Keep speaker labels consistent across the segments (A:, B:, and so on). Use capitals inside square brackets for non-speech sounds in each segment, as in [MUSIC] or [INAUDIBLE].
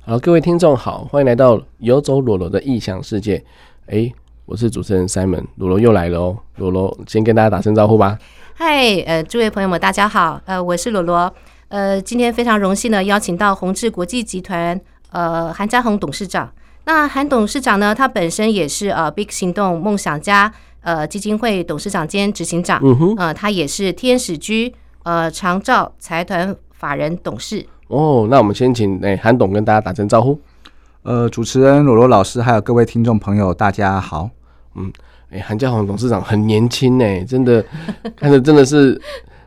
A: 好，各位听众好，欢迎来到游走裸罗的异想世界。诶，我是主持人 Simon，裸罗又来了哦。裸罗先跟大家打声招呼吧。
B: 嗨，呃，诸位朋友们，大家好，呃，我是罗罗，呃，今天非常荣幸呢，邀请到宏志国际集团呃韩家宏董事长。那韩董事长呢，他本身也是呃 Big 行动梦想家呃基金会董事长兼执行长，
A: 嗯哼，
B: 呃，他也是天使居呃长照财团法人董事。
A: 哦，那我们先请诶韩董跟大家打声招呼。
C: 呃，主持人罗罗老师，还有各位听众朋友，大家好。
A: 哎、韩家宏董事长很年轻呢、真的，看着真的是，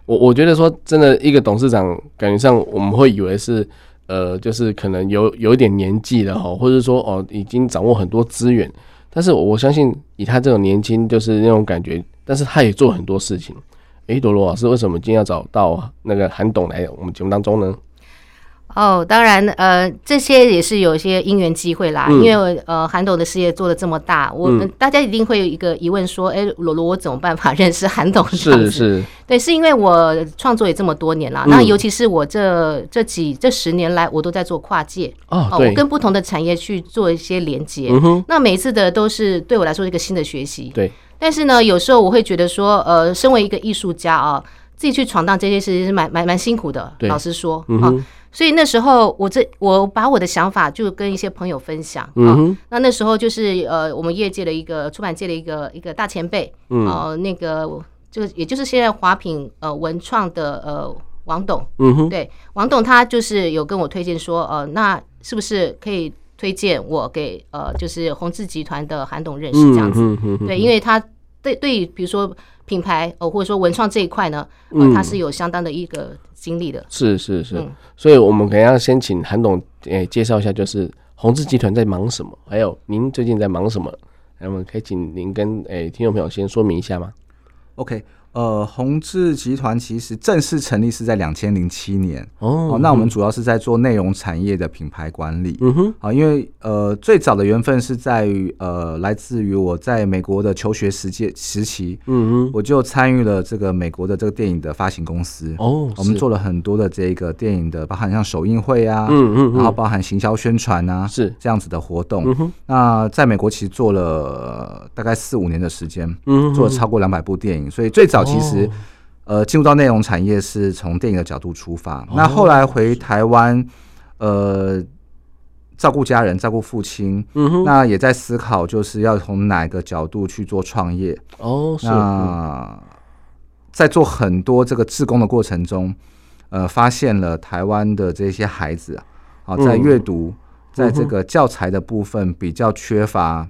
A: 我我觉得说真的，一个董事长感觉上我们会以为是，呃，就是可能有有一点年纪了哈，或者说哦已经掌握很多资源，但是我相信以他这种年轻就是那种感觉，但是他也做很多事情。哎、朵罗老师，为什么今天要找到那个韩董来我们节目当中呢？
B: 哦，当然，呃，这些也是有一些因缘机会啦，
A: 嗯
B: 因为呃，韩董的事业做的这么大，我、
A: 嗯
B: 大家一定会有一个疑问说，哎，罗罗，我怎么办法认识韩董？这样
A: 是
B: 子
A: 是，
B: 对，是因为我创作也这么多年啦，
A: 嗯
B: 那尤其是我这这几这十年来，我都在做跨界
A: 哦，
B: 我
A: 对，
B: 跟不同的产业去做一些连接。
A: 嗯哼，
B: 那每一次的都是对我来说一个新的学习，
A: 对，
B: 但是呢，有时候我会觉得说，呃，身为一个艺术家啊，自己去闯荡这些事情是蛮蛮蛮辛苦的。
A: 对
B: 老实说，
A: 嗯
B: 啊
A: 哼，
B: 所以那时候我这我把我的想法就跟一些朋友分享，
A: 嗯
B: 啊
A: 哼，
B: 那那时候就是呃，我们业界的一个出版界的一个一个大前辈，
A: 嗯
B: 呃，那个就也就是现在华品呃文创的呃王董，
A: 嗯哼，
B: 对，王董他就是有跟我推荐说，呃，那是不是可以推荐我给呃，就是宏志集团的韩董认识这样子？
A: 嗯哼，
B: 对，因为他对对于比如说品牌哦、呃或者说文创这一块呢，呃，
A: 嗯
B: 他是有相当的一个经历的。
A: 是是是，
B: 嗯
A: 所以我们可能要先请韩董诶、介绍一下，就是宏志集团在忙什么，还有您最近在忙什么。那我们可以请您跟诶、听众朋友先说明一下吗？
C: OK，呃，宏志集团其实正式成立是在两千零七年。
A: 哦
C: 哦，那我们主要是在做内容产业的品牌管理。
A: 嗯哼，
C: 好，因为呃，最早的缘分是在于呃，来自于我在美国的求学时间时期，
A: 嗯哼，
C: 我就参与了这个美国的这个电影的发行公司。
A: 哦，
C: 我们
A: 是，
C: 做了很多的这个电影的，包含像首映会啊，
A: 嗯嗯
C: 然后
A: 嗯，
C: 包含行销宣传啊，
A: 是，
C: 这样子的活动。
A: 嗯哼，
C: 那在美国其实做了呃大概四五年的时间，
A: 嗯哼，
C: 做了超过两百部电影，所以最早其实、
A: 哦
C: 呃进入到内容产业是从电影的角度出发。
A: 哦
C: 那后来回台湾，呃，照顾家人，照顾父亲，
A: 嗯哼，
C: 那也在思考就是要从哪个角度去做创业。
A: 哦是，嗯
C: 那在做很多这个志工的过程中，呃，发现了台湾的这些孩子啊，啊在
A: 嗯
C: 阅读、在这个教材的部分比较缺乏，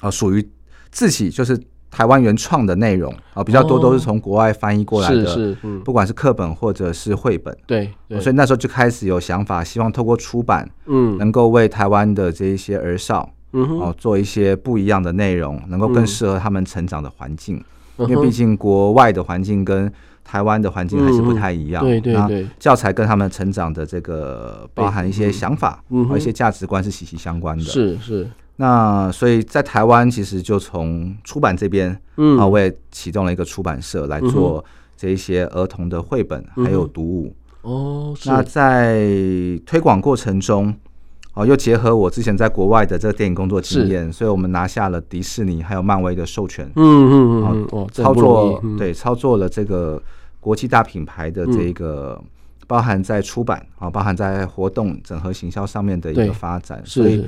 C: 啊，属于自己就是台湾原创的内容啊，比较多
A: 哦
C: 都是从国外翻译过来的，
A: 是是，嗯，
C: 不管是课本或者是绘本。
A: 对对，
C: 所以那时候就开始有想法，希望透过出版
A: 嗯
C: 能够为台湾的这一些儿少
A: 嗯哼，
C: 哦做一些不一样的内容，能够
A: 嗯
C: 更适合他们成长的环境。
A: 嗯
C: 因为
A: 哼
C: 毕竟国外的环境跟台湾的环境还是不太一样。
A: 嗯对对
C: 那
A: 对，
C: 教材跟他们成长的这个包含一些想法，哦
A: 嗯哼
C: 和一些价值观是息息相关的。，
A: 是是，
C: 那所以在台湾其实就从出版这边，
A: 嗯
C: 啊，我也启动了一个出版社来做这一些儿童的绘
A: 嗯
C: 本还有读物。
A: 哦是，
C: 那在推广过程中，哦，又结合我之前在国外的这个电影工作经验，所以我们拿下了迪士尼还有漫威的授权。
A: 嗯嗯嗯，哦
C: 操作，对操作了这个国际大品牌的
A: 嗯
C: 这一个，包含在出版啊，包含在活动整合行销上面的一
A: 对
C: 个发展，所
A: 是
C: 以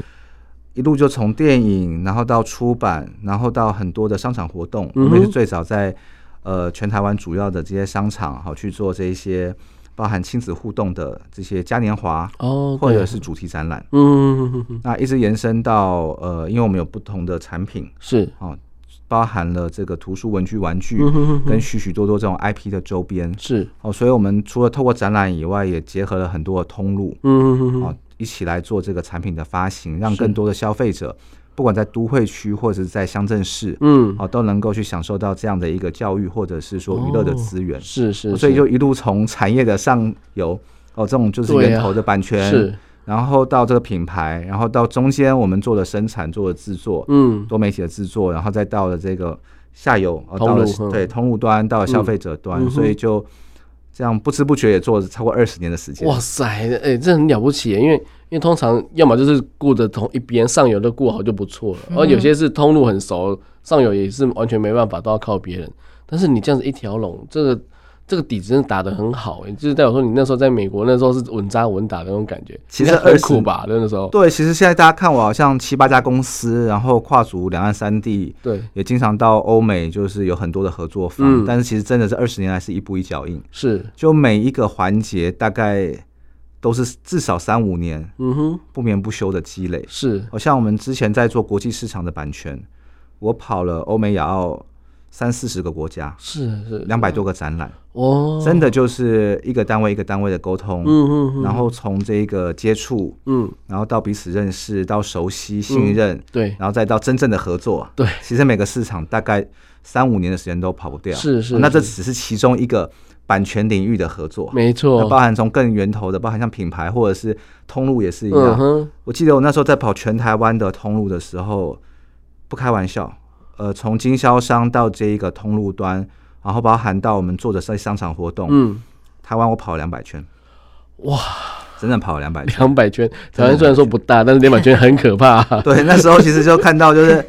C: 一路就从电影，然后到出版，然后到很多的商场活动，
A: 嗯哼
C: 我们也是最早在呃全台湾主要的这些商场好去做这一些包含亲子互动的这些嘉年华
A: 哦，
C: 或者
A: 对
C: 是主题展览，
A: 嗯嗯嗯嗯
C: 那一直延伸到呃，因为我们有不同的产品。
A: 是，
C: 哦，包含了这个图书、文具、玩具
A: 嗯，哼哼哼
C: 跟许许多多这种 IP 的周边。
A: 是，
C: 哦，所以我们除了透过展览以外，也结合了很多的通路，
A: 嗯嗯嗯
C: 哦，一起来做这个产品的发行，让
A: 是
C: 更多的消费者，不管在都会区或者是在乡镇市，
A: 嗯，
C: 哦，都能够去享受到这样的一个教育或者是说娱乐的资源。哦
A: 是嗯是，
C: 所以
A: 是
C: 就一路从产业的上游。哦，这种就是
A: 对啊
C: 源头的版权，
A: 是
C: 然后到这个品牌，然后到中间我们做的生产、做的制作，
A: 嗯
C: 多媒体的制作，然后再到了这个下游，哦，
A: 通
C: 到了
A: 路嗯
C: 对通路端，到了消费者端，
A: 嗯哼
C: 所以就这样不知不觉也做了超过二十年的时间。
A: 哇塞，哎、这很了不起耶，因为因为通常要么就是顾着同一边上游都顾好就不错了，
C: 嗯
A: 而有些是通路很熟，上游也是完全没办法，都要靠别人。但是你这样子一条龙，这个这个底子真的打得很好、欸，就是代表说你那时候在美国那时候是稳扎稳打的那种感觉，
C: 其实
A: 应该很
C: 20
A: 苦吧？那个时候，
C: 对，其实现在大家看我好像七八家公司，然后跨足两岸三地，
A: 对，
C: 也经常到欧美，就是有很多的合作
A: 嗯
C: 方。但是其实真的是二十年来是一步一脚印，
A: 是，
C: 就每一个环节大概都是至少三五年
A: 嗯哼，
C: 不眠不休的积累。
A: 是，
C: 好像我们之前在做国际市场的版权，我跑了欧美亚澳三四十个国家，
A: 是是，
C: 两百多个展览，
A: 哦，
C: 真的就是一个单位一个单位的沟通，
A: 嗯嗯嗯，
C: 然后从这个接触，
A: 嗯，
C: 然后到彼此认识，到熟悉、信任，
A: 对，
C: 然后再到真正的合作。
A: 对，
C: 其实每个市场大概三五年的时间都跑不掉。
A: 是是
C: 那这只是其中一个版权领域的合作，
A: 没
C: 那包
A: 错，
C: 含从更源头的，包含像品牌或者是通路也是一
A: 嗯
C: 样。
A: 哼，
C: 我记得我那时候在跑全台湾的通路的时候，不开玩笑，呃，从经销商到这一个通路端，然后包含到我们做的在商场活动，
A: 嗯，
C: 台湾我跑了两百圈，
A: 哇，
C: 整整跑了两百圈。
A: 两百圈，台湾虽然说不大，但是两百圈很可怕、
C: 对，那时候其实就看到就是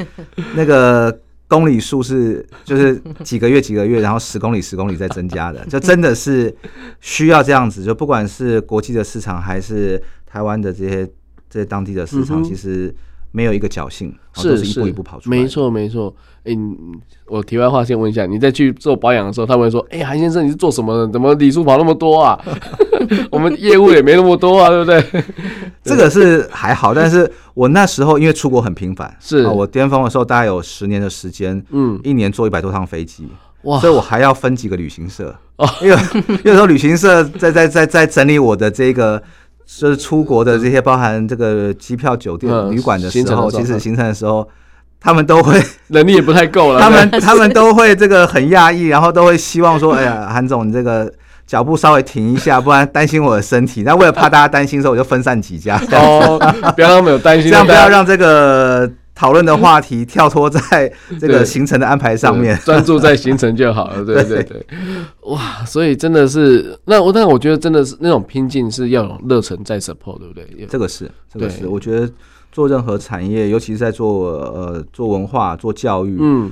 C: 那个公里数是就是几个月几个月，然后十公里十公里在增加的，就真的是需要这样子。就不管是国际的市场还是台湾的这些这些当地的市场，
A: 嗯哼
C: 其实没有一个侥幸，然后都
A: 是
C: 是一步一步跑出来。
A: 没，错没错。哎、你我题外话先问一下，你在去做保养的时候，他们会说：“哎、韩先生，你是做什么的？怎么礼数跑那么多
C: [LAUGHS]
A: 啊？ [LAUGHS] 我们业务也没那么多啊，对不对
C: 这个是还好，但是我那时候因为出国很频繁，
A: 是
C: 啊我巅峰的时候大概有十年的时间，
A: 嗯，
C: 一年坐一百多趟飞机。
A: 哇哦
C: 所以我还要分几个旅行社， [LAUGHS] 因为因为有时候旅行社在在在在整理我的这个就是出国的这些包含这个机票、酒店、
A: 嗯
C: 旅馆的时
A: 行程
C: 候，
A: 的时候
C: 其实行程的时候，他们
A: [LAUGHS]
C: 都会，
A: 能力也不太够了。
C: 他们他们都会这个很讶异，然后都会希望说，哎呀，韩总你这个。脚步稍微停一下，不然担心我的身体。那为了怕大家担心，所以我就分散几家，
A: 对不对哦，不要让他们有担
C: [LAUGHS] 这
A: 心，
C: 样不要
A: 大家嗯
C: 让这个讨论的话题跳脱在这个
A: 对
C: 行程的安排上面
A: 对。专注在行程就好了。对对对，哇，所以真的是那我，但我觉得真的是那种拼劲是要有热忱在 support，对不对？也
C: 这个是，这个
A: 对
C: 是，我觉得做任何产业，尤其是在做呃做文化、做教育、
A: 嗯，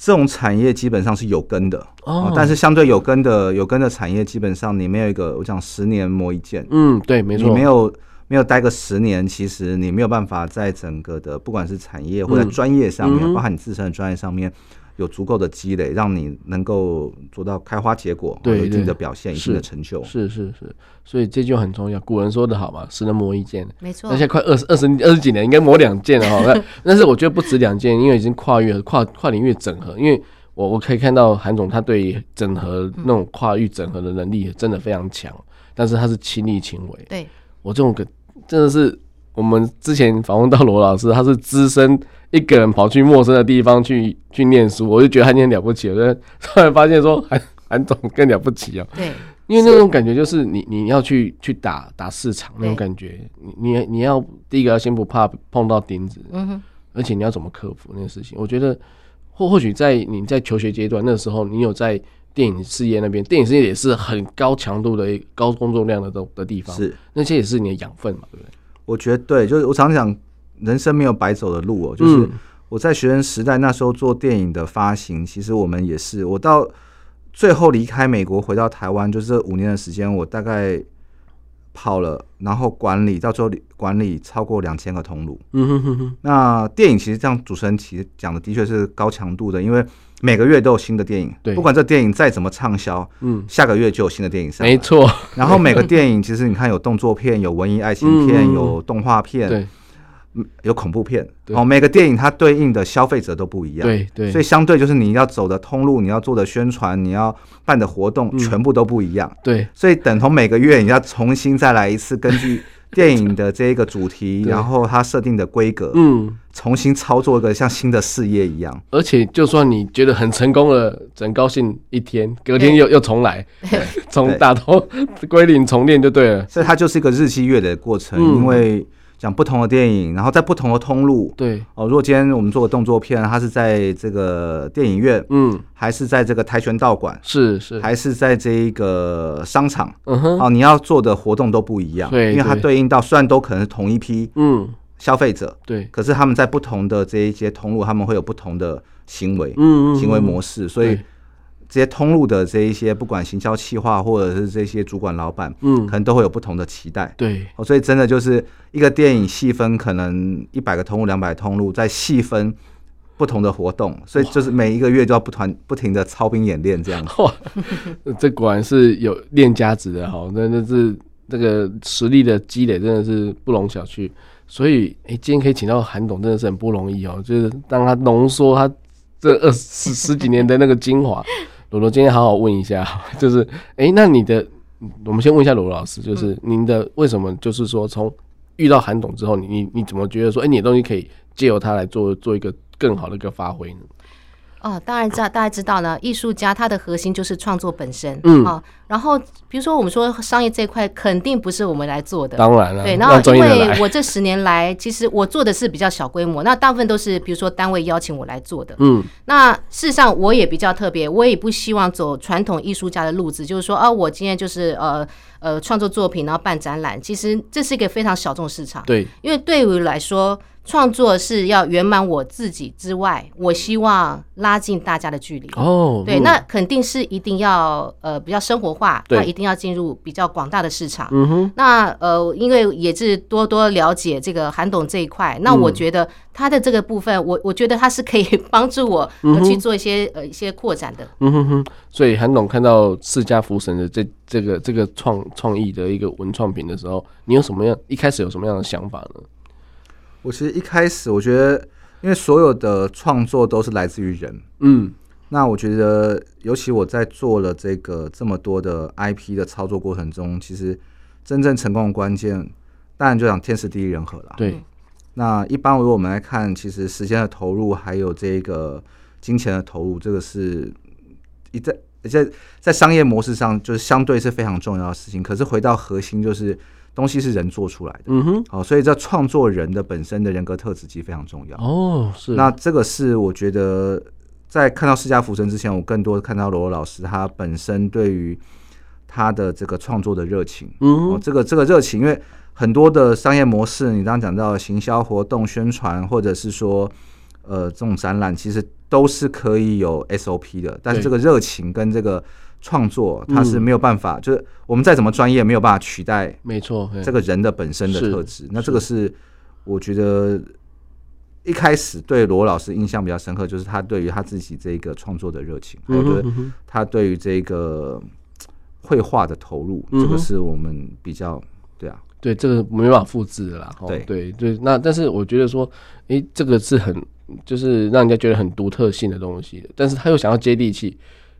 C: 这种产业，基本上是有根的。
A: 哦
C: 啊，但是相对有根的有根的产业，基本上你没有一个，我讲十年磨一剑，
A: 嗯，对，没
C: 你
A: 错，
C: 没有没有待个十年，其实你没有办法在整个的不管是产业或者
A: 嗯
C: 专业上面，
A: 嗯哼
C: 包含你自身的专业上面。有足够的积累，让你能够做到开花结果，
A: 对
C: 有一定
A: 对
C: 的表现，一
A: 是
C: 定的成就。
A: 是是是，所以这就很重要。古人说的好嘛，“十能磨一剑”，
B: 没
A: 那，
B: 错
A: 现在快二十二十二十几年，应该磨两件了哈。那但是我觉得不止两件，因为已经跨越跨跨领域整合。因为我我可以看到韩总他对整合那种跨域整合的能力真的非常强，但是他是亲力亲为。
B: 对，
A: 我这种个真的是我们之前访问到罗老师，他是资深一个人跑去陌生的地方去去念书，我就觉得他今天了不起了。但后来发现说韩韩总更了不起啊，
B: 对，
A: 因为那种感觉就是你你要去去打打市场那种
B: 对
A: 感觉，你你你要第一个要先不怕碰到钉子，
B: 嗯哼，
A: 而且你要怎么克服那个事情。我觉得或或许在你在求学阶段那时候，你有在电影事业那边，电影事业也是很高强度的一高工作量的都的地方，
C: 是，
A: 那些也是你的养分嘛，对不对？
C: 我觉得对，就是我常讲，人生没有白走的路哦。就是
A: 嗯
C: 我在学生时代那时候做电影的发行，其实我们也是，我到最后离开美国回到台湾，就是这五年的时间，我大概跑了，然后管理到最后管理超过两千个通路。
A: 嗯哼哼哼，
C: 那电影其实这样，主持人其实讲的的确是高强度的，因为每个月都有新的电影，
A: 对
C: 不管这电影再怎么畅销，
A: 嗯，
C: 下个月就有新的电影上来
A: 没错，
C: 然后每个电影其实你看有动作片，有文艺爱情片，
A: 嗯
C: 有动画片，
A: 对
C: 有恐怖片，
A: 对
C: 哦，每个电影它对应的消费者都不一样，
A: 对对，
C: 所以相对就是你要走的通路，你要做的宣传，你要办的活
A: 嗯
C: 动，全部都不一样，
A: 对
C: 所以等同每个月你要重新再来一次，根
A: [LAUGHS]
C: 据电影的这一个主题，
A: 对
C: 然后它设定的规格，
A: 嗯。
C: 重新操作一个像新的事业一样。
A: 而且，就算你觉得很成功了，真高兴一天，隔天又又重来， [LAUGHS] 从打头归零重练就对了。
C: 所以它就是一个日积月累的过程，
A: 嗯
C: 因为讲不同的电影，然后在不同的通路
A: 对，
C: 哦。如果今天我们做的动作片，它是在这个电影院，
A: 嗯，
C: 还是在这个跆拳道馆，
A: 是是，
C: 还是在这一个商场，
A: 嗯哼，
C: 哦，你要做的活动都不一样，
A: 对
C: 因为它
A: 对
C: 对应到虽然都可能是同一批
A: 嗯，
C: 消费者，
A: 对，
C: 可是他们在不同的这一些通路，他们会有不同的行为、
A: 嗯嗯，
C: 行为模
A: 式，
C: 式，所以
A: 对
C: 这些通路的这一些不管行销企划或者是这些主管老板，
A: 嗯
C: 可，能都会有不同的期待。
A: 对，
C: 哦，所以真的就是一个电影细分，可能一百个通路、两百通路，再细分不同的活动，所以就是每一个月就要不团不停的操兵演练这样子。
A: 哇， [LAUGHS] 这果然是有练家子的哈，那那是这个实力的积累真的是不容小觑。所以，哎、今天可以请到韩董真的是很不容易哦，就是让他浓缩他这二十十几年的那个精华。罗罗今天好好问一下，就是，哎、那你的，我们先问一下罗罗老师，就是
B: 嗯
A: 您的为什么就是说从遇到韩董之后，你你你怎么觉得说，哎、你的东西可以借由他来做做一个更好的一个发挥呢？
B: 哦，当然知道，大家知道呢，艺术家他的核心就是创作本身，
A: 嗯
B: 哦，然后比如说我们说商业这一块肯定不是我们来做的，
A: 当然了、
B: 对，然
A: 让
B: 后
A: 专
B: 因
A: 业的来
B: 为，我这十年来，其实我做的是比较小规模，那大部分都是比如说单位邀请我来做的。
A: 嗯，
B: 那事实上我也比较特别，我也不希望走传统艺术家的路子，就是说啊，我今天就是呃呃创作作品，然后办展览。其实这是一个非常小众市场，
A: 对，
B: 因为对于我来说，创作是要圆满我自己之外，我希望拉近大家的距离。
A: 哦，
B: 对，
A: 嗯
B: 那肯定是一定要呃比较生活化，
A: 对
B: 那一定要进入比较广大的市场。
A: 嗯哼，
B: 那呃，因为也是多多了解这个韩董这一块，那
A: 嗯
B: 我觉得他的这个部分，我我觉得他是可以 [LAUGHS] 帮助我、呃去做一些呃一些扩展的。
A: 嗯哼哼。所以韩董看到释迦福神的这这个这个创创意的一个文创品的时候，你有什么样一开始有什么样的想法呢？
C: 我其实一开始我觉得，因为所有的创作都是来自于人，
A: 嗯，
C: 那我觉得，尤其我在做了这个这么多的 IP 的操作过程中，其实真正成功的关键，当然就讲天时地利人和啦。
A: 对，
C: 那一般如果我们来看，其实时间的投入还有这个金钱的投入，这个是一在在在商业模式上就是相对是非常重要的事情。可是回到核心，就是东西是人做出来的。
A: 嗯哼，
C: 好、所以这创作人的本身的人格特质其实非常重要。
A: 哦，是，
C: 那这个是我觉得在看到释迦浮生之前，我更多看到罗罗老师他本身对于他的这个创作的热情。
A: 嗯
C: 哦，
A: 哼，
C: 这个这个热情，因为很多的商业模式，你刚刚讲到的行销活动、宣传，或者是说呃这种展览，其实都是可以有 SOP 的，但是
A: 对
C: 这个热情跟这个创作，
A: 嗯
C: 它是没有办法，就是我们再怎么专业，没有办法取代
A: 没错，
C: 这
A: 个
C: 个人的本身的
A: 是
C: 特质。那这个是我觉得。一开始对罗老师印象比较深刻，就是他对于他自己这个创作的热情，
A: 嗯
C: 还有就是他对于这个绘画的投入，
A: 嗯哼
C: 这个是我们比较对啊，
A: 对这个没办法复制的啦，哦
C: 对
A: 对对，那但是我觉得说，诶，这个是很就是让人家觉得很独特性的东西的，但是他又想要接地气，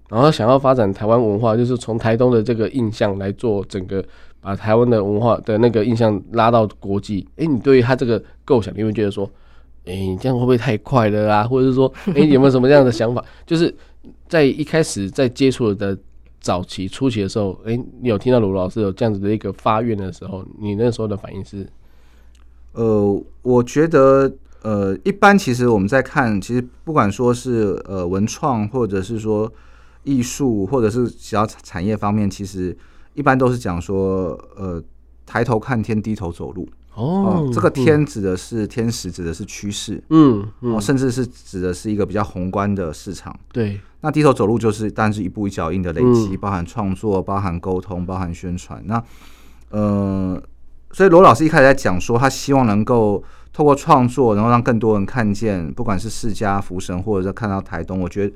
A: 然后想要发展台湾文化，就是从台东的这个印象来做整个把台湾的文化的那个印象拉到国际。诶，你对于他这个构想，你会觉得说，诶，你这样会不会太快了啊？或者是说，诶，有没有什么这样的想法？ [LAUGHS] 就是在一开始在接触的早期初期的时候，诶，你有听到卢老师有这样子的一个发愿的时候，你那时候的反应是，
C: 呃，我觉得呃，一般其实我们在看，其实不管说是呃文创，或者是说艺术，或者是其他产业方面，其实一般都是讲说呃抬头看天，低头走路。
A: 哦，
C: 这个，天指的是天时，指的是趋势，
A: 嗯嗯，
C: 哦，甚至是指的是一个比较宏观的市场。
A: 对，
C: 那低头走路就是，但是一步一脚印的累积，
A: 嗯
C: 包含创作、包含沟通、包含宣传。那呃，所以罗老师一开始在讲说，他希望能够透过创作，然后让更多人看见，不管是世家、福神，或者是看到台东，我觉得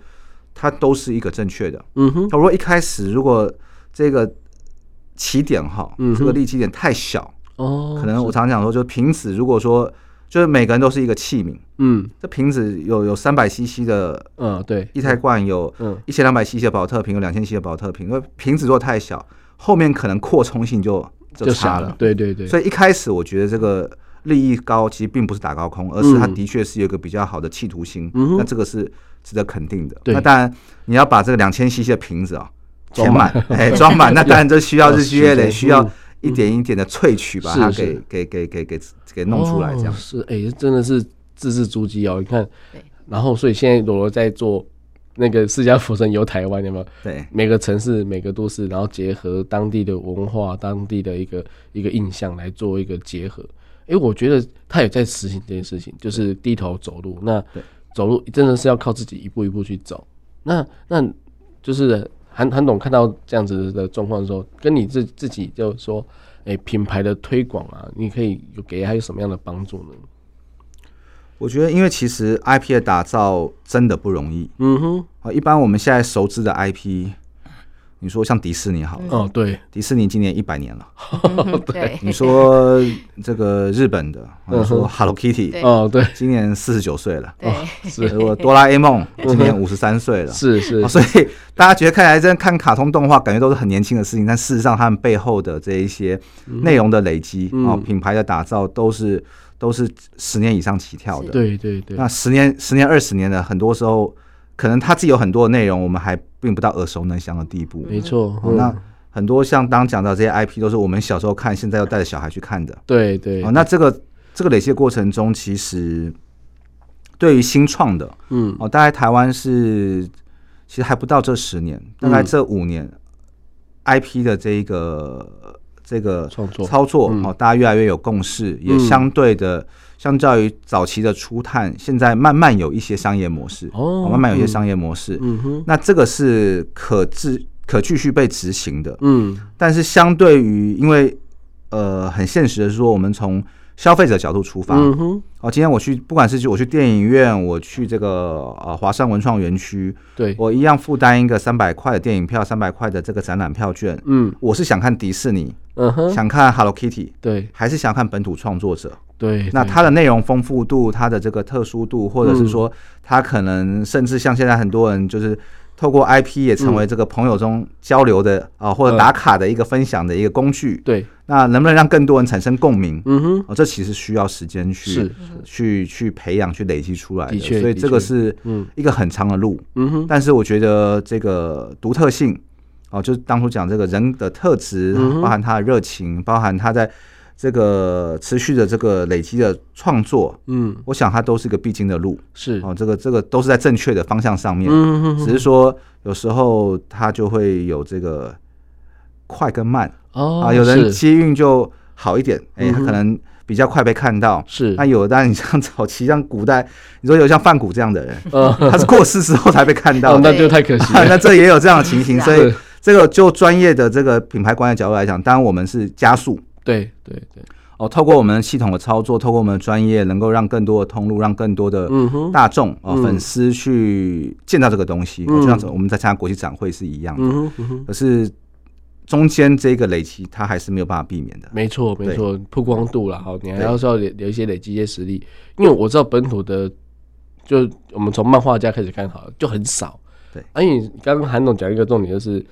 C: 它都是一个正确的。
A: 嗯哼，
C: 那如果一开始如果这个起点哈，
A: 嗯哼
C: 这个立基点太小，
A: 哦，
C: 可能我
A: 是，
C: 常常讲说，就是瓶子，如果说就是每个人都是一个器皿，
A: 嗯
C: 这瓶子有有三百 CC 的
A: 嗯，对，
C: 液态罐有。
A: 嗯，
C: 一千两百 cc 的保特瓶有两千 cc 的保特瓶，因为瓶子如果太小，后面可能扩充性就就差
A: 傻
C: 了。
A: 对对对，
C: 所以一开始我觉得这个利益高，其实并不是打高空，而是它的确是有一个比较好的企图心。
A: 嗯哼
C: 那这个是值得肯定的。
A: 对
C: 那当然你要把这个两千 cc 的瓶子啊、
A: 装 [LAUGHS]
C: 填满，哎，装满，那当然这需要日积月累，
A: 要时间
C: 需要
A: 嗯
C: 一点一点的萃取，把
A: 是
C: 它
A: 是
C: 给给给给给给弄出来，这样
A: 哦、是哎、真的是字字珠玑哦。你看
B: 对，
A: 然后所以现在罗罗在做那个释迦佛神游台湾，有没有？
C: 对。
A: 每个城市、每个都市，然后结合当地的文化、当地的一个一个印象来做一个结合。诶，我觉得他也在实行这件事情，就是低头走路。那
C: 对
A: 走路真的是要靠自己一步一步去走。那那就是韩韩董看到这样子的状况的时候，跟你自自己就说，诶，品牌的推广啊，你可以有给他有什么样的帮助呢？
C: 我觉得，因为其实 IP 的打造真的不容易
A: 嗯哼，
C: 啊。一般我们现在熟知的 IP，你说像迪士尼好了，
A: 哦，对，
C: 迪士尼今年一百年了。
A: [LAUGHS]
B: 嗯对，
C: 你说这个日本的，啊
A: 嗯哼
C: 你说 Hello Kitty，
B: 对
A: 哦，对，
C: 今年四十九岁了。
B: 对，
A: [LAUGHS] 是嗯
C: 如果哆啦 A 梦今年五十三岁了。
A: 是是
C: 啊，所以大家觉得看起来真的看卡通动画，感觉都是很年轻的事情，但事实上他们背后的这一些内容的累积啊、
A: 嗯
C: 哦品牌的打造都是都是十年以上起跳的。
A: 对对对，
C: 那十年、十年、二十年的，很多时候可能他自己有很多的内容，我们还并不到耳熟能详的地步。
A: 没错，
C: 哦
A: 嗯
C: 那很多像刚刚讲到这些 IP，都是我们小时候看，现在又带着小孩去看的。
A: 对对
C: 哦，，那这个这个累积的过程中，其实对于新创的，
A: 嗯
C: 哦，大概台湾是其实还不到这十年，大
A: 嗯
C: 概这五年、IP 的这一个这个
A: 创作
C: 操作、哦，大家越来越有共识，也
A: 嗯
C: 相对的。相较于早期的初探，现在慢慢有一些商业模式，
A: 哦
C: 慢慢有一些
A: 嗯
C: 商业模式。
A: 嗯哼，
C: 那这个是可制可继续被执行的，
A: 嗯
C: 但是相对于，因为呃，很现实的是说，我们从消费者角度出发，
A: 嗯哼，
C: 哦，今天我去，不管是去我去电影院，我去这个呃华山文创园区，
A: 对，
C: 我一样负担一个三百块的电影票，三百块的这个展览票券。
A: 嗯
C: 我是想看迪士尼，
A: 嗯哼，
C: 想看 Hello Kitty，
A: 对
C: 还是想看本土创作者？
A: 对，
C: 那
A: 对嗯
C: 它的内容丰富度，它的这个特殊度，或者是说它可能甚至像现在很多人就是透过 IP 也
A: 嗯
C: 成为这个朋友中交流的啊、或者打卡的一个分享的一个工具。
A: 对，
C: 那能不能让更多人产生共鸣？
A: 嗯哼，
C: 哦，这其实需要时间去
A: 是
C: 去去培养、去累积出来
A: 的确
C: 所以
A: 的
C: 这个
A: 确
C: 是
A: 嗯
C: 一个很长的路。
A: 嗯哼，
C: 但是我觉得这个独特性，哦，就是当初讲这个人的特质，
A: 嗯
C: 包含他的热情，包含他在这个持续的这个累积的创作，
A: 嗯
C: 我想它都是一个必经的路。
A: 是，
C: 哦，这个这个都是在正确的方向上面，
A: 嗯哼
C: 只是说有时候它就会有这个快跟慢
A: 哦
C: 啊，有人
A: 是
C: 机运就好一点，哎，
A: 嗯
C: 他
A: 哼
C: 可能比较快被看到。
A: 是
C: 那，有，但你像早期像古代，你说有像范谷这样的
A: [LAUGHS]
C: 人，
A: 呃，
C: 他是过世之后才被看到
A: [LAUGHS] 哦，
C: 的，
A: 那就太可惜
C: [LAUGHS]
A: 了，
C: 那这也有这样的情形，
A: [LAUGHS]
B: 是啊
C: 所以这个就专业的这个品牌管理角度来讲，当然我们是加速
A: 对对对，
C: 哦，透过我们系统的操作，透过我们的专业，能够让更多的通路，让更多的
A: 嗯哼，
C: 大众哦
A: 嗯
C: 粉丝去见到这个东西，
A: 嗯
C: 哦就像我们在参加国际展会是一样的。
A: 嗯哼嗯哼，
C: 可是中间这个累积，它还是没有办法避免的。
A: 没错没
C: 对
A: 错，曝光度了，好，你还
C: 对
A: 要是要留一些累积一些实力，因为我知道本土的，就我们从漫画家开始看好了，就很少，
C: 对
A: 啊，因为你刚刚韩总讲一个重点就是，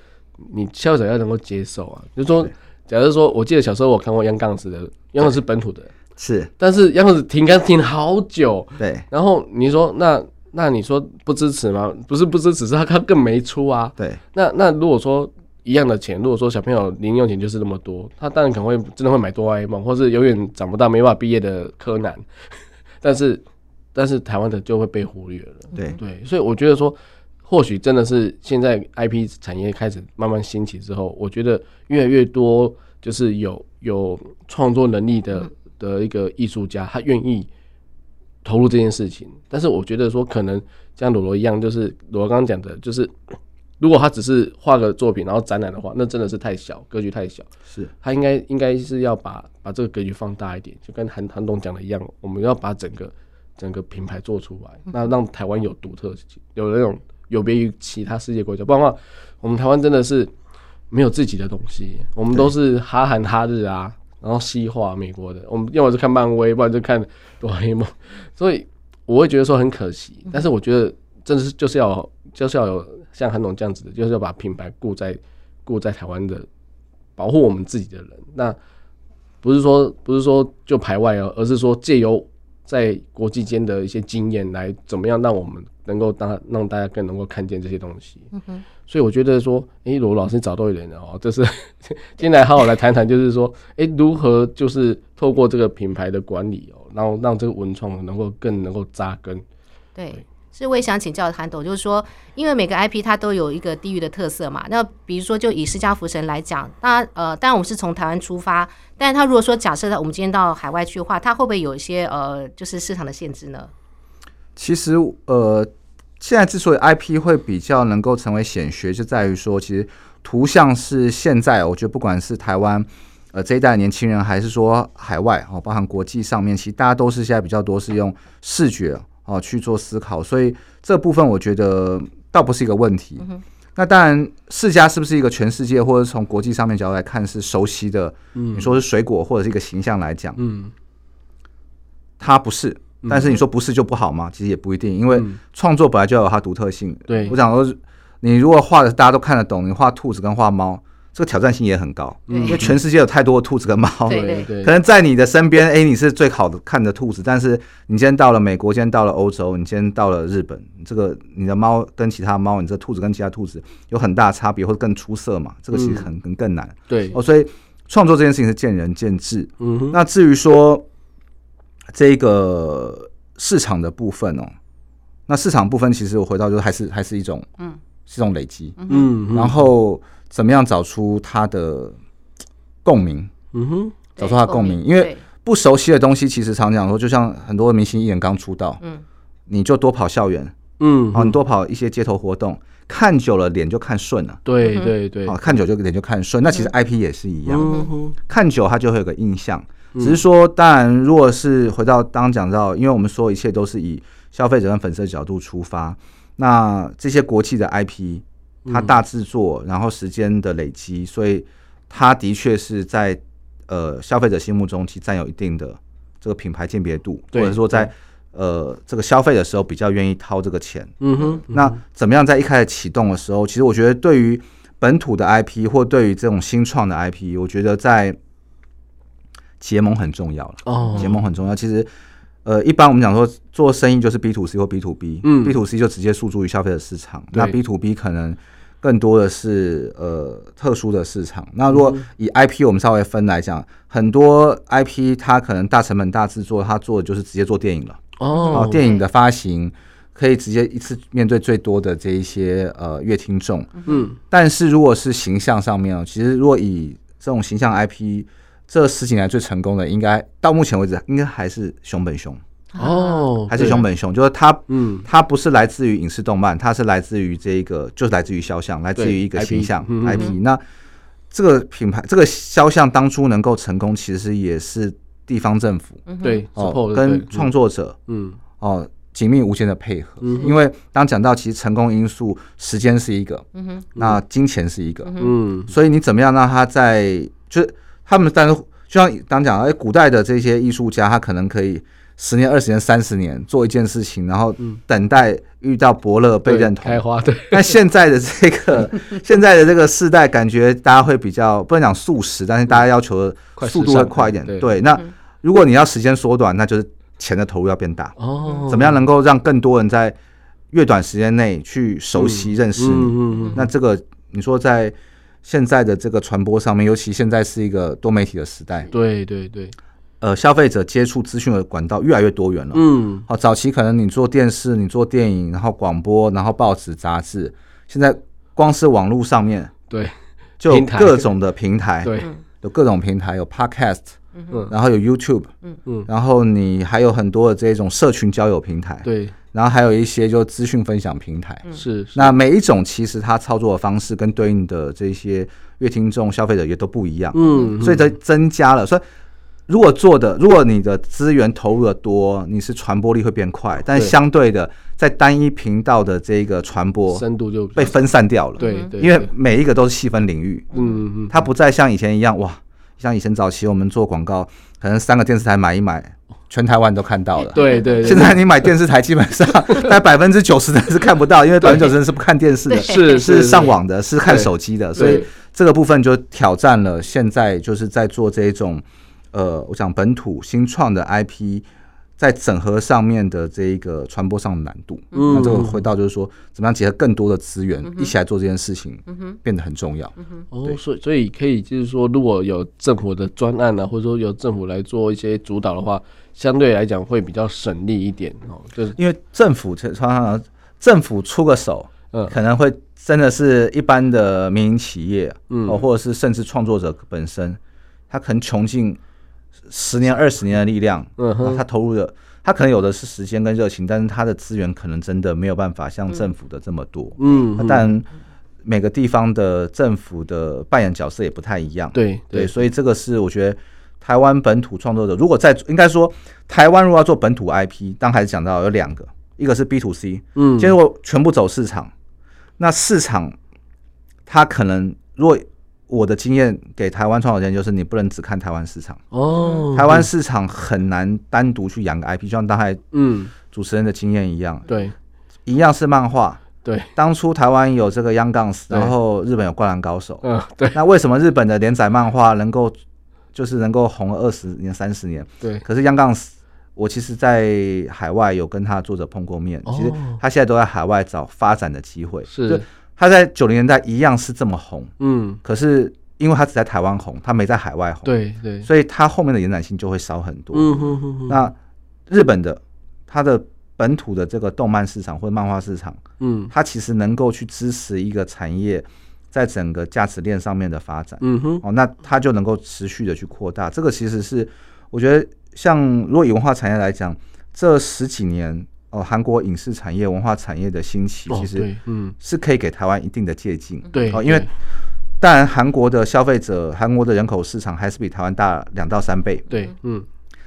A: 你消费者要能够接受啊，就是说
C: 对。
A: 假如说，我记得小时候我看过央杠子的，央杠子是本土的，
C: 是，
A: 但是央杠子停刊停好久，
C: 对
A: 然后你说那那你说不支持吗？不是不支持，是他他更没出啊。
C: 对
A: 那那如果说一样的钱，如果说小朋友零用钱就是那么多，他当然可能会真的会买哆啦 A 梦，或是永远长不大没办法毕业的柯南。 [LAUGHS] 但是但是台湾的就会被忽略了。
C: 对
A: 对，所以我觉得说，或许真的是现在 IP 产业开始慢慢兴起之后，我觉得越来越多就是有有创作能力的的一个艺术家，他愿意投入这件事情。但是我觉得说，可能像罗罗一样，就是罗罗刚刚讲的，就是如果他只是画个作品然后展览的话，那真的是太小，格局太小。
C: 是，
A: 他应该应该是要把把这个格局放大一点，就跟韩韩董讲的一样，我们要把整个整个品牌做出来，那让台湾有独特性，有那种有别于其他世界国家，不然的话，我们台湾真的是没有自己的东西，我们都是哈韩哈日啊，然后西化美国的，我们要么就看漫威，不然就看哆啦 A 梦， [LAUGHS] 所以我会觉得说很可惜，但是我觉得真的是就是要有就是要有像韩董这样子的，就是要把品牌顾在顾在台湾的保护我们自己的人。那不是说不是说就排外哦，而是说借由在国际间的一些经验，来怎么样让我们能够当让大家更能够看见这些东西。所以我觉得说，诶，罗老师找对人了哦，这是 [LAUGHS] 今天来好好来谈谈，就是说，诶，如何就是透过这个品牌的管理哦，然后让这个文创能够更能够扎根。
B: 对，是我也想请教韩董，就是说，因为每个 IP 它都有一个地域的特色嘛。那比如说，就以释迦福神来讲，那呃，当然我们是从台湾出发，但是他如果说假设他我们今天到海外去的话，它会不会有一些呃，就是市场的限制呢？
C: 其实呃，现在之所以 IP 会比较能够成为显学，就在于说，其实图像是现在我觉得不管是台湾呃这一代年轻人，还是说海外哦，包含国际上面，其实大家都是现在比较多是用视觉哦去做思考，所以这部分我觉得倒不是一个问题。那当然，世家是不是一个全世界或者从国际上面角度来看是熟悉的？你说是水果或者是一个形象来讲，
A: 嗯，
C: 它不是。
B: 嗯
C: 但是你说不是就不好吗？其实也不一定，因为创作本来就要有它独特性。
A: 对
C: 我想说，你如果画的大家都看得懂，你画兔子跟画猫，这个挑战性也很高，
B: 嗯
C: 因为全世界有太多的兔子跟猫了。
B: 对
A: 对
C: 可能在你的身边，哎、你是最好的看的兔子，但是你今天到了美国，今天到了欧洲，你今天到了日本，这个你的猫跟其他猫，你这兔子跟其他兔子有很大差别，或者更出色嘛？这个其
B: 嗯
C: 实很很更难
A: 对，
C: 哦。所以创作这件事情是见仁见智。
A: 嗯哼，
C: 那至于说这个市场的部分哦，那市场部分其实我回到就是还是还是一种
B: 嗯
C: 是一种累积，
A: 嗯哼，
C: 然后怎么样找出它的共鸣，
A: 嗯哼，
C: 找出它的共鸣，因为
B: 对
C: 不熟悉的东西，其实常讲说，就像很多明星艺人刚出道，
B: 嗯，
C: 你就多跑校园，
A: 嗯
C: 好、
A: 哼，
C: 你多跑一些街头活动，看久了脸就看顺了，
A: 对对对，
C: 好、看久就脸就看顺。那其实 IP 也是一样，
A: 嗯哼，
C: 看久它就会有个印象。
A: 嗯
C: 只是说，当然，如果是回到刚刚讲到，因为我们说一切都是以消费者跟粉丝的角度出发，那这些国际的 IP，它
A: 嗯
C: 大制作，然后时间的累积，所以它的确是在呃消费者心目中其实占有一定的这个品牌鉴别度，或
A: 对
C: 者说在呃这个消费的时候比较愿意掏这个钱。
A: 嗯哼，
C: 那怎么样在一开始启动的时候，其实我觉得对于本土的 IP 或对于这种新创的 IP，我觉得在结盟很重要了。
A: 哦，
C: 结盟很重要，其实。呃，一般我们讲说做生意就是 B to C 或 B to B，
A: 嗯
C: ，B to C 就直接诉诸于消费者市场，
A: 对
C: 那 B to B 可能更多的是呃特殊的市场。那如果
A: 嗯
C: 以 IP 我们稍微分来讲，很多 IP 它可能大成本大制作，它做的就是直接做电影了。哦
A: 哦，，
C: 电影的发行可以直接一次面对最多的这一些呃乐听众，
A: 嗯，
C: 但是如果是形象上面哦，其实如果以这种形象 IP，这十几年来最成功的，应该到目前为止应该还是熊本熊，
A: 哦，
C: 还是熊本熊，就是它。
A: 嗯，
C: 它不是来自于影视动漫，它是来自于这一个，就是来自于肖像，来自于一个
A: IP
C: 形象
A: 嗯
C: IP。那这个品牌，这个肖像当初能够成功，其实也是地方政府
B: 嗯
A: 对
C: 哦
A: ，support
C: 跟创作者，
A: 嗯
C: 哦紧密无间的配合。
A: 嗯
C: 因为当讲到其实成功因素，时间是一个，
B: 嗯哼，
C: 那金钱是一个，
A: 嗯
C: 所以你怎么样让他在就是他们但是就像当讲，哎，古代的这些艺术家，他可能可以。十年、二十年、三十年做一件事情，然后等待遇到伯乐被
A: 嗯对
C: 认
A: 开
C: 同。
A: 花对，
C: 但现在的这
A: [LAUGHS]
C: 个现在的这个世代，感觉大家会比较不能讲速食，但是大家要求的
A: 快
C: 速
A: 时
C: 度会
A: 尚
C: 快一点。
A: 对嗯
C: 对，那如果你要时间缩短，那就是钱的投入要变大。
A: 哦，
C: 怎么样能够让更多人在越短时间内去熟悉认识你？
A: 嗯嗯
C: 那这个你说在现在的这个传播上面，尤其现在是一个多媒体的时代
A: 嗯，，对对对，
C: 呃，消费者接触资讯的管道越来越多元了。
A: 嗯
C: 好，早期可能你做电视、你做电影，然后广播，然后报纸、杂志，现在光是网络上面
A: 对
C: 就有
A: 平台
C: 各种的平台，
A: 对，
C: 有各种平台，有 Podcast，
A: 嗯
C: 然后有 YouTube，
A: 嗯
C: 然后你还有很多的这种社群交友平台，
A: 对
C: 然后还有一些就资讯分享平台。
A: 嗯是
C: 那每一种其实它操作的方式跟对应的这些乐听众、消费者也都不一样，
A: 嗯
C: 所以它增加了。所以如果做的，如果你的资源投入的多，你是传播力会变快，但
A: 对
C: 相对的，在单一频道的这个传播
A: 深度就比较
C: 被分散掉了，
A: 对对，
C: 因为
A: 对
C: 每一个都是细分领域，
A: 嗯嗯
C: 它不再像以前一样哇，像以前早期我们做广告，可能三个电视台买一买，全台湾都看到了，
A: 对对，对
C: 现在你买电视台，基本
A: [LAUGHS]
C: 上在百分之九十的人是看不到，因为百分之九十人是不看电视的，
A: 是
C: 是上
A: 网。
C: 网的，是看手机的，所以
A: 对
C: 这个部分就挑战了现在就是在做这一种，呃，我想本土新创的 IP。在整合上面的这一个传播上的难度。
A: 嗯
C: 那这个回到就是说，怎么样结合更多的资源一起来做这件事情，
A: 嗯
B: 哼
C: 变得很重要。
A: 哦，所以所以可以就是说，如果有政府的专案啊，或者说由政府来做一些主导的话，相对来讲会比较省力一点哦。就是
C: 因为政府常常政府出个手，
A: 嗯
C: 可能会真的是一般的民营企业，
A: 嗯
C: 哦，或者是甚至创作者本身，他可能穷尽十年二十年的力量，
A: 嗯
C: 然后
A: 哼，
C: 他投入的，他可能有的是时间跟热情，但是他的资源可能真的没有办法像政府的这么多。
A: 嗯，
C: 那当然，每个地方的政府的扮演角色也不太一样。
A: 对
C: 对，
A: 对，
C: 所以这个是我觉得台湾本土创作者，如果在应该说台湾如果要做本土 IP，刚才讲到有两个，一个是 B to C，
A: 嗯，
C: 结果全部走市场，那市场它可能如果我的经验给台湾创作人就是你不能只看台湾市场，
A: 哦，
C: 台湾市场很难单独去养个 IP，就像刚才
A: 嗯，
C: 主持人的经验一样，
A: 对
C: 一样是漫画，
A: 对，
C: 当初台湾有这个 Young Guns，
A: 对
C: 然后日本有灌篮高手，
A: 嗯对
C: 那为什么日本的连载漫画能够就是能够红二十年、三十年？
A: 对，
C: 可是 Young Guns，我其实在海外有跟他的作者碰过面，
A: 哦
C: 其实他现在都在海外找发展的机会。
A: 是
C: 就，他在九零年代一样是这么红，
A: 嗯，
C: 可是因为他只在台湾红，他没在海外红，，
A: 对对，
C: 所以他后面的延展性就会少很多。
A: 嗯哼哼哼，
C: 那日本的它的本土的这个动漫市场或者漫画市场，
A: 嗯
C: 它其实能够去支持一个产业在整个价值链上面的发展。
A: 嗯哼，
C: 哦，那它就能够持续的去扩大。这个其实是我觉得，像如果以文化产业来讲，这十几年哦，韩国影视产业、文化产业的兴起，
A: 哦
C: 其实
A: 对，嗯
C: 是可以给台湾一定的借鉴。
A: 对，
C: 哦，因为
A: 对
C: 当然韩国的消费者、韩国的人口市场还是比台湾大两到三倍，
A: 对，嗯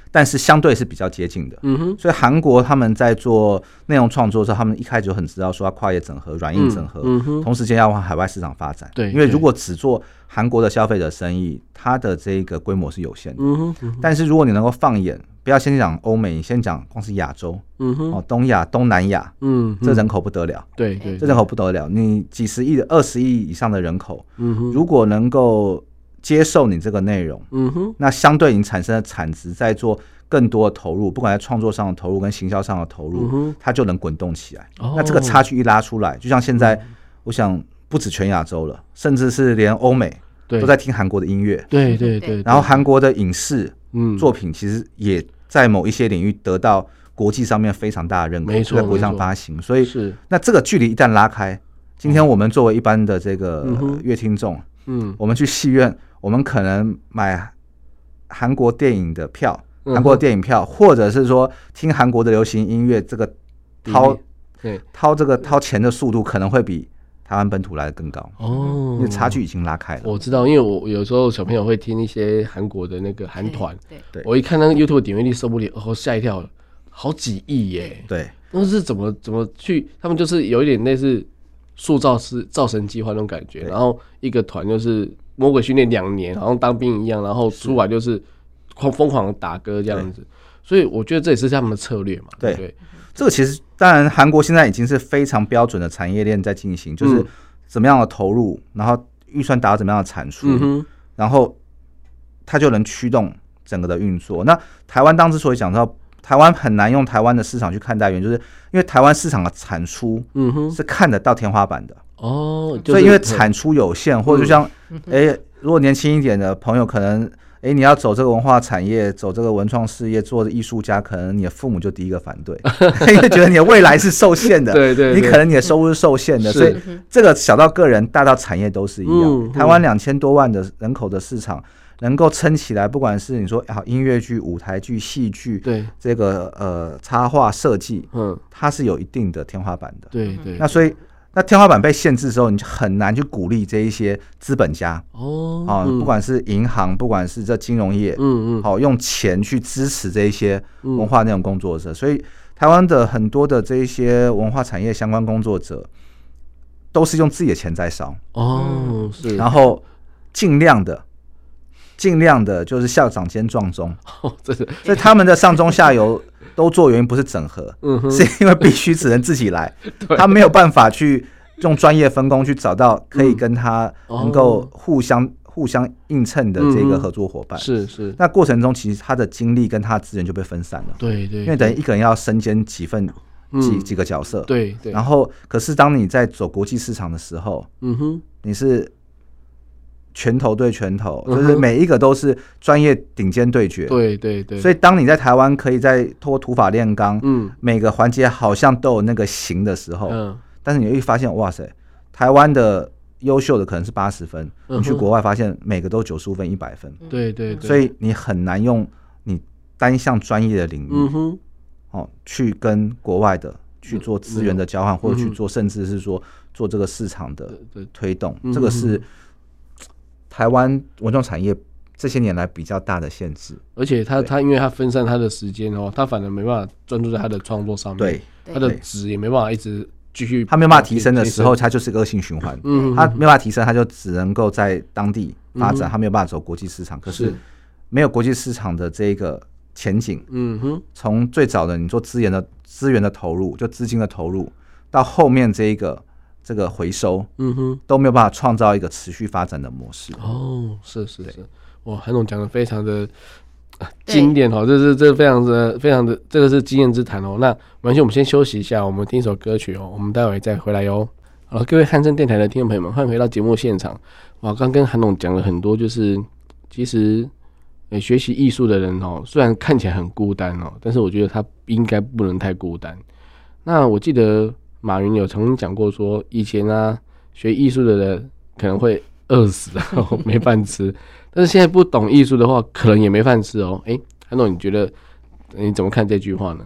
C: 但是相对是比较接近的。
A: 嗯哼，
C: 所以韩国他们在做内容创作的时候，他们一开始就很知道说要跨业整合、软硬整合，
A: 嗯哼，
C: 同时间要往海外市场发展。
A: 对
C: 因为
A: 对
C: 如果只做韩国的消费者生意，它的这个规模是有限的。
A: 嗯哼，嗯哼
C: 但是如果你能够放眼，不要先讲欧美，你先讲光是亚洲
A: 嗯哼，
C: 哦，东亚、东南亚，
A: 嗯，
C: 这人口不得了，
A: 对对，
C: 这人口不得了。你几十亿、二十亿以上的人口，
A: 嗯哼，
C: 如果能够接受你这个内容，
A: 嗯哼，
C: 那相对你产生的产值，在做更多的投入，不管在创作上的投入跟行销上的投入，
A: 嗯哼
C: 它就能滚动起来。
A: 哦嗯
C: 那这个差距一拉出来，就像现在，我想不止全亚洲了，甚至是连欧美
A: 对
C: 都在听韩国的音乐，
A: 对对对，
C: 然后韩国的影视
A: 嗯
C: 作品其实也在某一些领域得到国际上面非常大的认可，
A: 没错
C: 在国际上
A: 没错
C: 发行。所以，
A: 是
C: 那这个距离一旦拉开，今天我们作为一般的这个
A: 嗯哼
C: 呃乐听众，
A: 嗯
C: 我们去戏院，我们可能买韩国电影的票，
A: 嗯哼
C: 韩国电影票，或者是说听韩国的流行音乐，这个掏
A: 比例对
C: 掏这个掏钱的速度可能会比台湾本土来的更高，
A: 哦
C: 因为差距已经拉开了。
A: 我知道，因为我有时候小朋友会听一些韩国的那个韩团，
B: 对，
C: 对
A: 我一看那个 YouTube 点阅率受不了，哦，吓一跳了，好几亿耶！
C: 对，
A: 那是怎么怎么去？他们就是有一点类似塑造师造神计划那种感觉，
C: 对
A: 然后一个团就是魔鬼训练两年，好像当兵一样，然后出来就是狂疯狂的打歌这样子。所以我觉得这也是他们的策略嘛，对
C: 对
A: 不对？
C: 这个其实当然，韩国现在已经是非常标准的产业链在进行，就是
A: 嗯
C: 怎么样的投入，然后预算达到怎么样的产出，
A: 嗯哼，
C: 然后它就能驱动整个的运作。那台湾当之所以讲到台湾很难用台湾的市场去看待原因，就是因为台湾市场的产出
A: 嗯哼，
C: 是看得到天花板的，
A: 哦，就
C: 所以
A: 是嗯
C: 因为产出有限，或者就像诶，如果年轻一点的朋友可能。诶，你要走这个文化产业，走这个文创事业，做艺术家，可能你的父母就第一个反对， [LAUGHS] 因为觉得你的未来是受限的。
A: 对对，
C: 你
A: 对
C: 可能你的收入是受限的，
A: 是
C: 所以这个小到个人，大到产业都是一样。
A: 嗯
C: 台湾两千多万的人口的市场，能够撑起来，不管是你说好音乐剧、舞台剧、戏剧，
A: 对，
C: 这个呃插画设计，
A: 嗯，
C: 它是有一定的天花板的。
A: 对对
C: 那，所以那天花板被限制之后，你就很难去鼓励这一些资本家
A: 哦
C: 啊、
A: 嗯
C: 不管是银行，不管是这金融业，
A: 嗯嗯，
C: 好、用钱去支持这一些
A: 嗯
C: 文化内容工作者，所以台湾的很多的这一些文化产业相关工作者，都是用自己的钱在烧，
A: 哦，是，
C: 嗯然后尽量的。尽量的，就是校长兼撞钟，
A: 哦， [LAUGHS] 这是，
C: 所以他们的上中下游都做原因不是整合，
A: 嗯哼，
C: 是因为必须只能自
A: [LAUGHS]
C: 己来，他没
A: 嗯哦
C: 有办法去用专业分工去找到可以跟他能够互相、互相映衬的这
A: 嗯
C: 个合作伙伴。
A: 是是，
C: 那过程中，其实他的精力跟他的资源就被分散了，
A: 对对，嗯
C: 因为等于一个人要身兼几份几几个角色。
A: 对对，
C: 然后，可是当你在走国际市场的时候，
A: 嗯哼，
C: 你是拳头对拳头，
A: 嗯
C: 就
A: 哼
C: 是每一个都是专业顶尖对决。
A: 对对对，
C: 所
A: 以
C: 以，当你在台湾可以在通过土法炼钢，
A: 嗯
C: 每个环节好像都有那个型的时候，
A: 嗯
C: 但是你会发现，哇塞，台湾的优秀的可能是八十分，
A: 嗯哼
C: 你去国外发现每个都九十五分、一百分，
A: 对对对，
C: 所以你很难用你单项专业的领域、
A: 嗯哼
C: 哦去跟国外的去做资源的交换，或者
A: 嗯
C: 去
A: 哼
C: 做甚至是说做这个市场的
A: 对对
C: 推动，
A: 嗯哼嗯
C: 这个是台湾文创产业这些年来比较大的限制。
A: 而且他他因为他分散他的时间哦，他反而没办法专注在他的创作上面，
C: 对，
A: 他的值也没办法一直继续，
C: 他没有办法提升的时候，，它就是个恶性循环。
A: 嗯，
C: 他没有办法提升，他就只能够在当地发展，他没有办法走国际市场。可是
A: 是
C: 没有国际市场的这个前景，
A: 嗯哼，
C: 从最早的你做资源的资源的投入，就资金的投入，到后面这一个这个回收，
A: 嗯哼，
C: 都没有办法创造一个持续发展的模式。
A: 哦，是是是，哇，韩总讲的非常的经典哦，这是这非常的非常的，这个是经验之谈哦。那没关系，我们先休息一下，我们听一首歌曲哦，我们待会再回来哟。好了，各位汉声电台的听众朋友们，欢迎回到节目现场。哇，刚跟韩总讲了很多，就是其实。诶，学习艺术的人哦，虽然看起来很孤单哦，但是我觉得他应该不能太孤单。那我记得马云有曾经讲过说，以前啊，学艺术的人可能会饿死，然后 [LAUGHS] 没饭吃。但是现在不懂艺术的话，可能也没饭吃哦。诶，韩总，你觉得你怎么看这句话呢？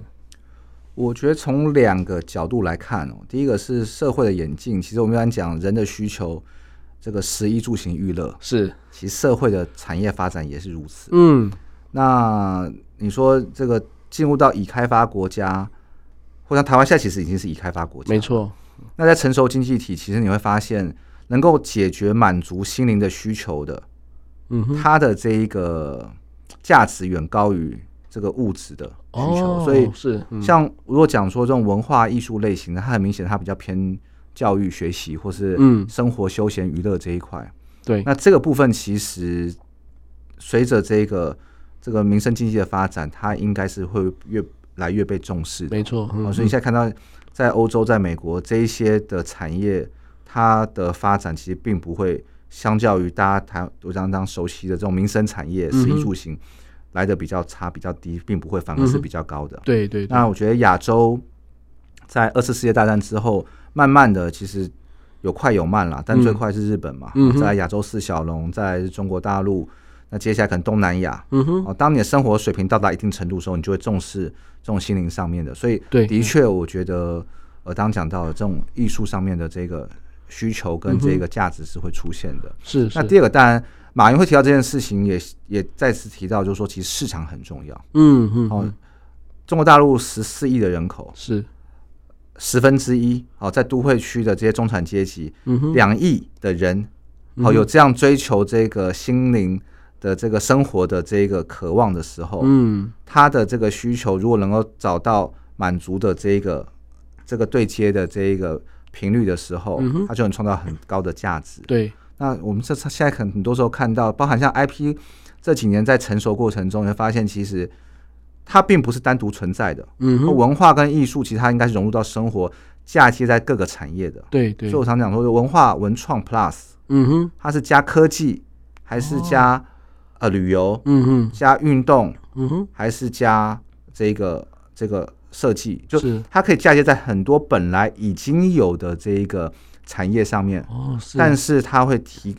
C: 我觉得从两个角度来看哦，第一个是社会的演进，其实我们一般讲人的需求，这个食衣住行娱乐，
A: 是，
C: 其实社会的产业发展也是如此。
A: 嗯，
C: 那你说这个进入到已开发国家，或像台湾现在其实已经是已开发国家，
A: 没。错，
C: 那在成熟经济体，其实你会发现，能够解决满足心灵的需求的，
A: 嗯哼，
C: 它的这一个价值远高于这个物质的需求。
A: 哦，
C: 所以，
A: 是，嗯
C: 像如果讲说这种文化艺术类型的，它很明显它比较偏教育、学习或是
A: 嗯
C: 生活、休闲、娱乐这一块。
A: 对，
C: 那这个部分其实随着这个这个民生经济的发展，它应该是会越来越被重视的。
A: 没错，
C: 哦
A: 嗯，
C: 所以现在看到在欧洲、在美国这一些的产业，它的发展其实并不会相较于大家台我刚刚熟悉的这种民生产业、食
A: 嗯哼
C: 衣住行来的比较差、比较低，并不会，反而
A: 嗯
C: 是
A: 哼
C: 比较高的。
A: 对对对，
C: 那我觉得亚洲在二次世界大战之后，慢慢的其实有快有慢啦，但最快是日本嘛，
A: 嗯哼
C: 在亚洲四小龙，在中国大陆，那接下来可能东南亚。
A: 嗯哼，
C: 哦，当你的生活水平到达一定程度的时候，你就会重视这种心灵上面的。所以，
A: 对
C: 的确，我觉得，呃，刚刚讲到的这种艺术上面的这个需求跟这个价值是会出现的。
A: 嗯是
C: 那
A: 是，
C: 第二个，当然，马云会提到这件事情也，也再次提到，就是说，其实市场很重要。
A: 嗯嗯
C: 哦
A: 嗯，，
C: 中国大陆十四亿的人口，
A: 是，
C: 十分之一，哦，在都会区的这些中产阶级，
A: 嗯哼，
C: 两亿的人，
A: 嗯
C: 哦，
A: 哼
C: 有这样追求这个心灵的这个生活的这个渴望的时候，
A: 嗯，
C: 他的这个需求如果能够找到满足的这个这个对接的这一个频率的时候
A: 嗯哼，
C: 他就能创造很高的价值。
A: 对，
C: 那我们这次现在很很多时候看到，包含像 IP 这几年在成熟过程中，你会发现其实它并不是单独存在的。
A: 嗯哼，
C: 文化跟艺术其实它应该是融入到生活，嫁接在各个产业的。
A: 对
C: 所
A: 对
C: 以，我常讲说，文化文创 Plus
A: 嗯哼，
C: 它是加科技，还是加、呃旅游，
A: 哦嗯哼，
C: 加运动，
A: 嗯哼，
C: 还是加这个这个设计？就是它可以嫁接在很多本来已经有的这一个产业上面，
A: 哦，是，
C: 但是它会提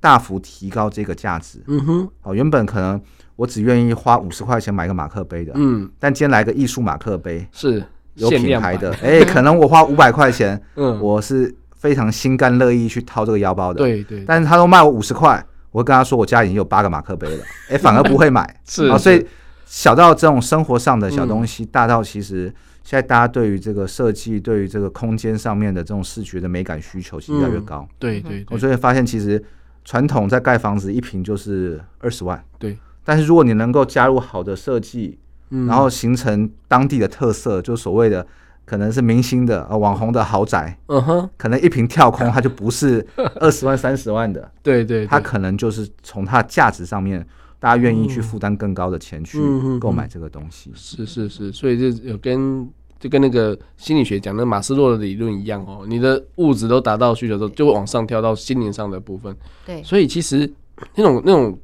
C: 大幅提高这个价值。
A: 嗯哼，
C: 哦，原本可能我只愿意花五十块钱买个马克杯的，
A: 嗯，
C: 但今天来个艺术马克杯，
A: 是
C: 有
A: 限
C: 品
A: 量
C: 牌
A: 版
C: 的，， [LAUGHS] 哎、可能我花五百块钱，
A: 嗯，
C: 我是非常心甘乐意去掏这个腰包的。，
A: 对对，。
C: 但是他都卖我五十块，我会跟他说我家已经有八个马克杯了， [LAUGHS] 哎、反而不会买
A: [LAUGHS] 是
C: 啊，
A: 是嗯
C: 所以小到这种生活上的小东西，大到其实现在大家对于这个设计、对于这个空间上面的这种视觉的美感需求，其实越来越
A: 嗯
C: 高。
A: 对对
C: 我
A: 对，
C: 最近发现，其实传统在盖房子一平就是二十万，
A: 对，
C: 但是如果你能够加入好的设计，
A: 嗯
C: 然后形成当地的特色，就是所谓的可能是明星的、呃网红的豪宅，
A: 嗯哼，
C: 可能一瓶跳空，它就
A: [LAUGHS]
C: 不是二十万、三十万的，
A: 对对，对嗯
C: 它可能就是从它的价值上面，大家愿意去负担更高的钱去
A: 嗯嗯嗯
C: 购买这个东西。
A: 是是是，所以就有跟就跟那个心理学讲的马斯洛的理论一样哦，你的物质都达到需求之后，就会往上跳到心灵上的部分。
B: 对，
A: 所以其实那种那种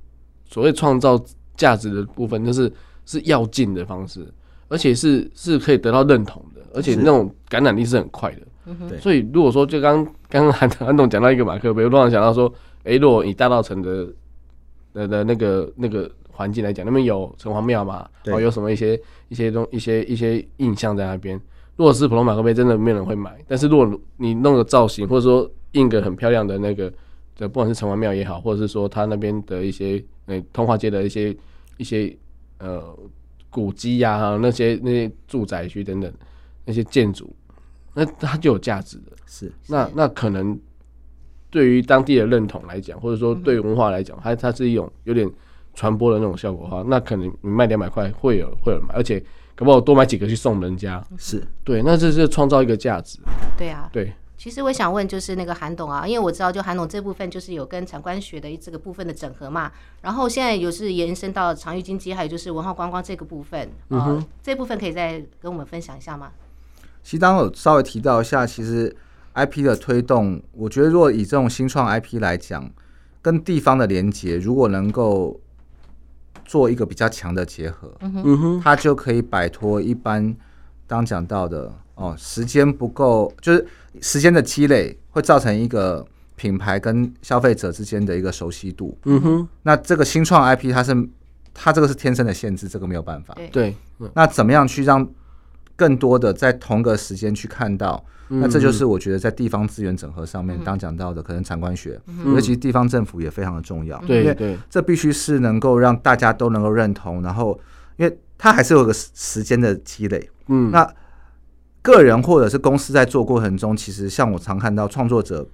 A: 所谓创造价值的部分，就是是要进的方式，而且是是可以得到认同的，而且
C: 是
A: 那种感染力是很快的。
B: 嗯哼
C: 对
A: 所以如果说就刚刚刚韩韩董讲到一个马克杯，我突然想到说，诶，如果以大道城的的的那个那个环境来讲，那边有城隍庙嘛，
C: 对
A: 哦，有什么一些一些东一些一些印象在那边。如果是普通马克杯，真的没有人会买。但是如果你弄个造型，或者说印个很漂亮的那个，呃，不管是城隍庙也好，或者是说他那边的一些呃通化街的一些一些呃古迹呀、还有那些那些住宅区等等那些建筑，那它就有价值的。
C: 是
A: 那那可能对于当地的认同来讲，或者说对文化来讲，它它是一种有点传播的那种效果的话，那可能你卖两百块会有会有人买，而且搞不好多买几个去送人家。
C: 是，
A: 对，那这是创造一个价值。
B: 对啊。
A: 对，
B: 其实我想问，就是那个韩董啊，因为我知道，就韩董这部分就是有跟产官学的这个部分的整合嘛，然后现在有是延伸到长域经济，还有就是文化观光这个部分，
C: 嗯
B: 呃，这部分可以再跟我们分享一下吗？
C: 其实刚刚有稍微提到一下，其实 IP 的推动，我觉得如果以这种新创 IP 来讲，跟地方的连接，如果能够做一个比较强的结合，
A: 嗯哼，
C: 它就可以摆脱一般刚讲到的哦，时间不够，就是时间的积累会造成一个品牌跟消费者之间的一个熟悉度。
A: 嗯哼，
C: 那这个新创 IP 它是它这个是天生的限制，这个没有办法。
B: 对
A: 对，嗯
C: 那怎么样去让更多的在同个时间去看到？
A: 嗯
C: 那这就是我觉得在地方资源整合上面，刚讲到的可能产官学，尤其地方政府也非常的重要。因
A: 对
C: 为
A: 对，
C: 这必须是能够让大家都能够认同，然后因为它还是有个时时间的积累。
A: 嗯，
C: 那个人或者是公司在做过程中，其实像我常看到创作者，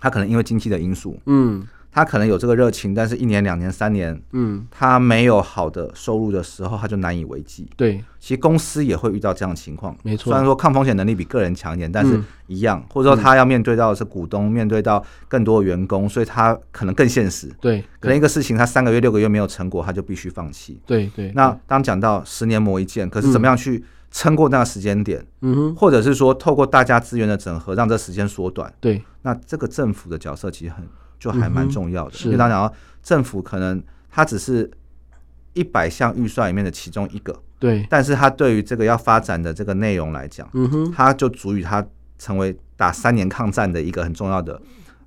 C: 他可能因为经济的因素，
A: 嗯
C: 他可能有这个热情，但是一年、两年、三年，
A: 嗯，
C: 他没有好的收入的时候，他就难以为继。
A: 对，
C: 其实公司也会遇到这样的情况，
A: 没错
C: 虽然说抗风险能力比个人强一点，但是
A: 嗯
C: 一样，或者说他要面对到的是股东，面对到更多的员工，所以他可能更现实。
A: 对，
C: 可能一个事情他三个月、六个月没有成果，他就必须放弃。
A: 对对，
C: 那当讲到十年磨一剑，可是怎么样去撑过那个时间点，
A: 嗯哼，
C: 或者是说透过大家资源的整合，让这时间缩短？
A: 对，
C: 那这个政府的角色其实很就还蛮重要的，
A: 嗯是
C: 因为当然啊，政府可能它只是一百项预算里面的其中一个，
A: 对，
C: 但是它对于这个要发展的这个内容来讲，
A: 嗯哼，
C: 它就足以它成为打三年抗战的一个很重要的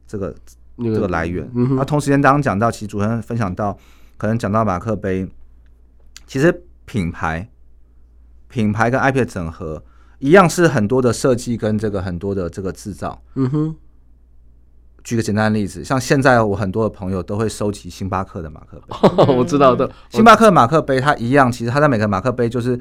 C: 这个
A: 那
C: 这个来源。
A: 嗯
C: 那
A: 哼，
C: 同时间，刚刚讲到，其实主持人分享到，可能讲到马克杯，其实品牌、品牌跟 IP 的整合一样是很多的设计跟这个很多的这个制造。
A: 嗯哼， [LAUGHS]
C: 举个简单的例子，像现在我很多的朋友都会收集星巴克的马克杯，
A: 我知道的，
C: 星巴克的马克杯它一样，其实它在每个马克杯就是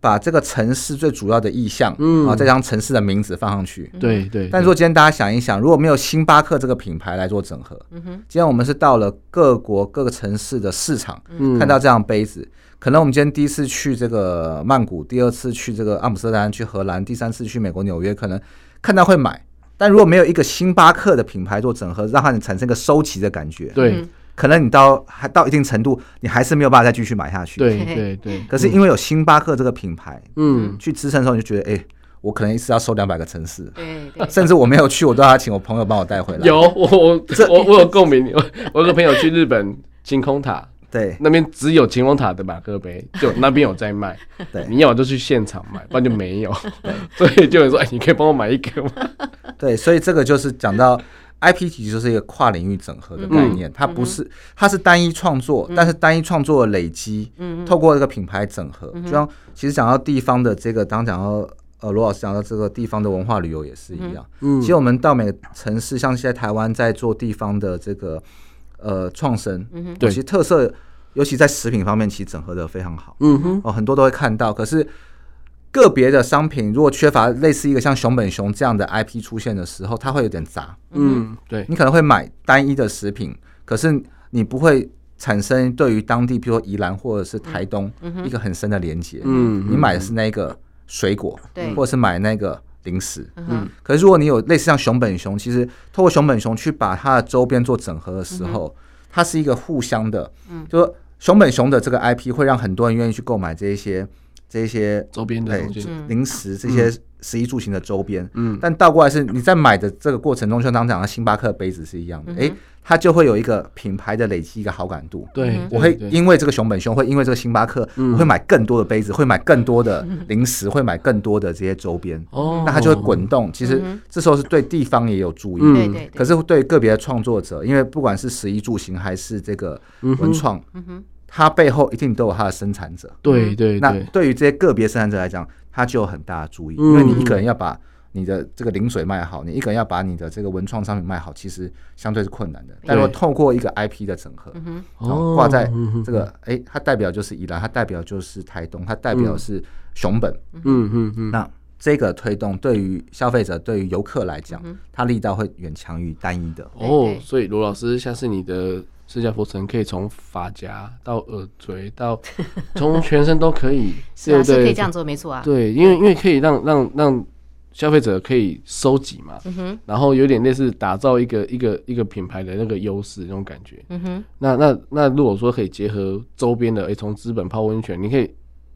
C: 把这个城市最主要的意象，
A: 嗯
C: 嗯，啊，再将城市的名字放上
B: 嗯
C: 去。
A: 对对，
C: 但如果今天大家想一想，如果没有星巴克这个品牌来做整合，
B: 嗯哼，
C: 今天我们是到了各国各个城市的市场，
A: 嗯
C: 看到这样的杯子，可能我们今天第一次去这个曼谷，第二次去这个阿姆斯特丹，去荷兰，第三次去美国纽约，可能看到会买。但如果没有一个星巴克的品牌做整合，让它产生一个收集的感觉，
A: 对
C: 可能你到还到一定程度，你还是没有办法再继续买下去。，
A: 对对对，
C: 可是因为有星巴克这个品牌
A: 嗯
C: 去支撑的时候，你就觉得，哎、我可能一次要收两百个城
A: [LAUGHS]
C: 市，
B: 对对，
C: [LAUGHS] 甚至我没有去，我都要请我朋友帮我带回来。
A: 有我我我我有共鸣，我我有个朋友去日本晴空塔。
C: 对
A: 那边只有晴空塔的马克杯，就那边有在卖。
C: [LAUGHS] 对
A: 你要就去现场买，不然就没
C: [LAUGHS]
A: 有。所以就有人说：“哎、你可以帮我买一个吗
C: 对，所以这个就是讲到 IP 其实就是一个跨领域整合的概念，它不是它是单一创作，但是单一创作的累积，透过这个品牌整合，就像其实讲到地方的这个，刚讲到呃罗老师讲到这个地方的文化旅游也是一样，其实我们到每个城市，像现在台湾在做地方的这个呃创生，
A: 对
C: 其实特色。尤其在食品方面，其实整合的非常好？”。
A: 嗯哼，
C: 哦，很多都会看到。可是个别的商品如果缺乏类似一个像熊本熊这样的 IP 出现的时候，它会有点杂。
A: 嗯，对，
C: 你可能会买单一的食品，可是你不会产生对于当地，比如说宜兰或者是台东、一个很深的连接。
A: 嗯
C: 你买的是那个。水果，
B: 对
C: 或者是买那个零食。
B: 嗯
C: 可是如果你有类似像熊本熊，其实透过熊本熊去把它的周边做整合的时候，它是一个互相的，嗯，就是熊本熊的这个 IP 会让很多人愿意去购买这一些这一些
A: 周边的
C: 对
A: 东西，
B: 嗯
C: 零食这
A: 嗯
C: 些食衣住行的周边，嗯，但倒过来是你在买的这个过程中，就像刚刚讲的星巴克的杯子是
B: 嗯
C: 一样的，诶，它就会有一个品牌的累积一个好感度。
A: 对，对
C: 嗯我会
A: 对嗯
C: 因为这个熊本熊，会因为这个星巴克，我会买更多的杯子，会买更多的零食，会买更多的这些周边。
A: 哦，
C: 那它就会滚动。其实这时候是对地方也有注意，
A: 嗯
B: 嗯对对对，
C: 可是对个别的创作者，因为不管是食衣住行还是这个
A: 嗯
C: 文创，
B: 嗯
C: 它背后一定都有它的生产者。
A: 对对
C: 嗯那
A: 对，
C: 对于这些个别生产者来讲，它就有很大的注意，
A: 嗯
C: 因为你一个人要把你的这个零水卖好，你一个人要把你的这个文创商品卖好，其实相对是困难的。但如果透过一个 IP 的整
B: 嗯
C: 合，
A: 哦
C: 哦，挂在
A: 嗯嗯
C: 这个，哎，它代表就是宜兰，它代表就是台东，它代表是熊本，
A: 嗯嗯嗯，
C: 那这个推动对于消费者、对于游客来讲，它力道会远强于单一的。
A: 哦
B: 对，
A: 所以罗老师，下次你的释迦佛尘可以从发夹到耳垂
C: [LAUGHS]
A: 到，从全身都可以，
B: 是
A: 对
B: 啊，
A: 不
B: 是可以
A: 对
B: 这？样做，没错啊。
A: 对，因为因为可以让让让消费者可以收集嘛，
B: 嗯
A: 然后有点类似打造一个一个一个品牌的那个优势那种感觉。
B: 嗯哼，
A: 那那那如果说可以结合周边的，诶，从资本泡温泉，你可以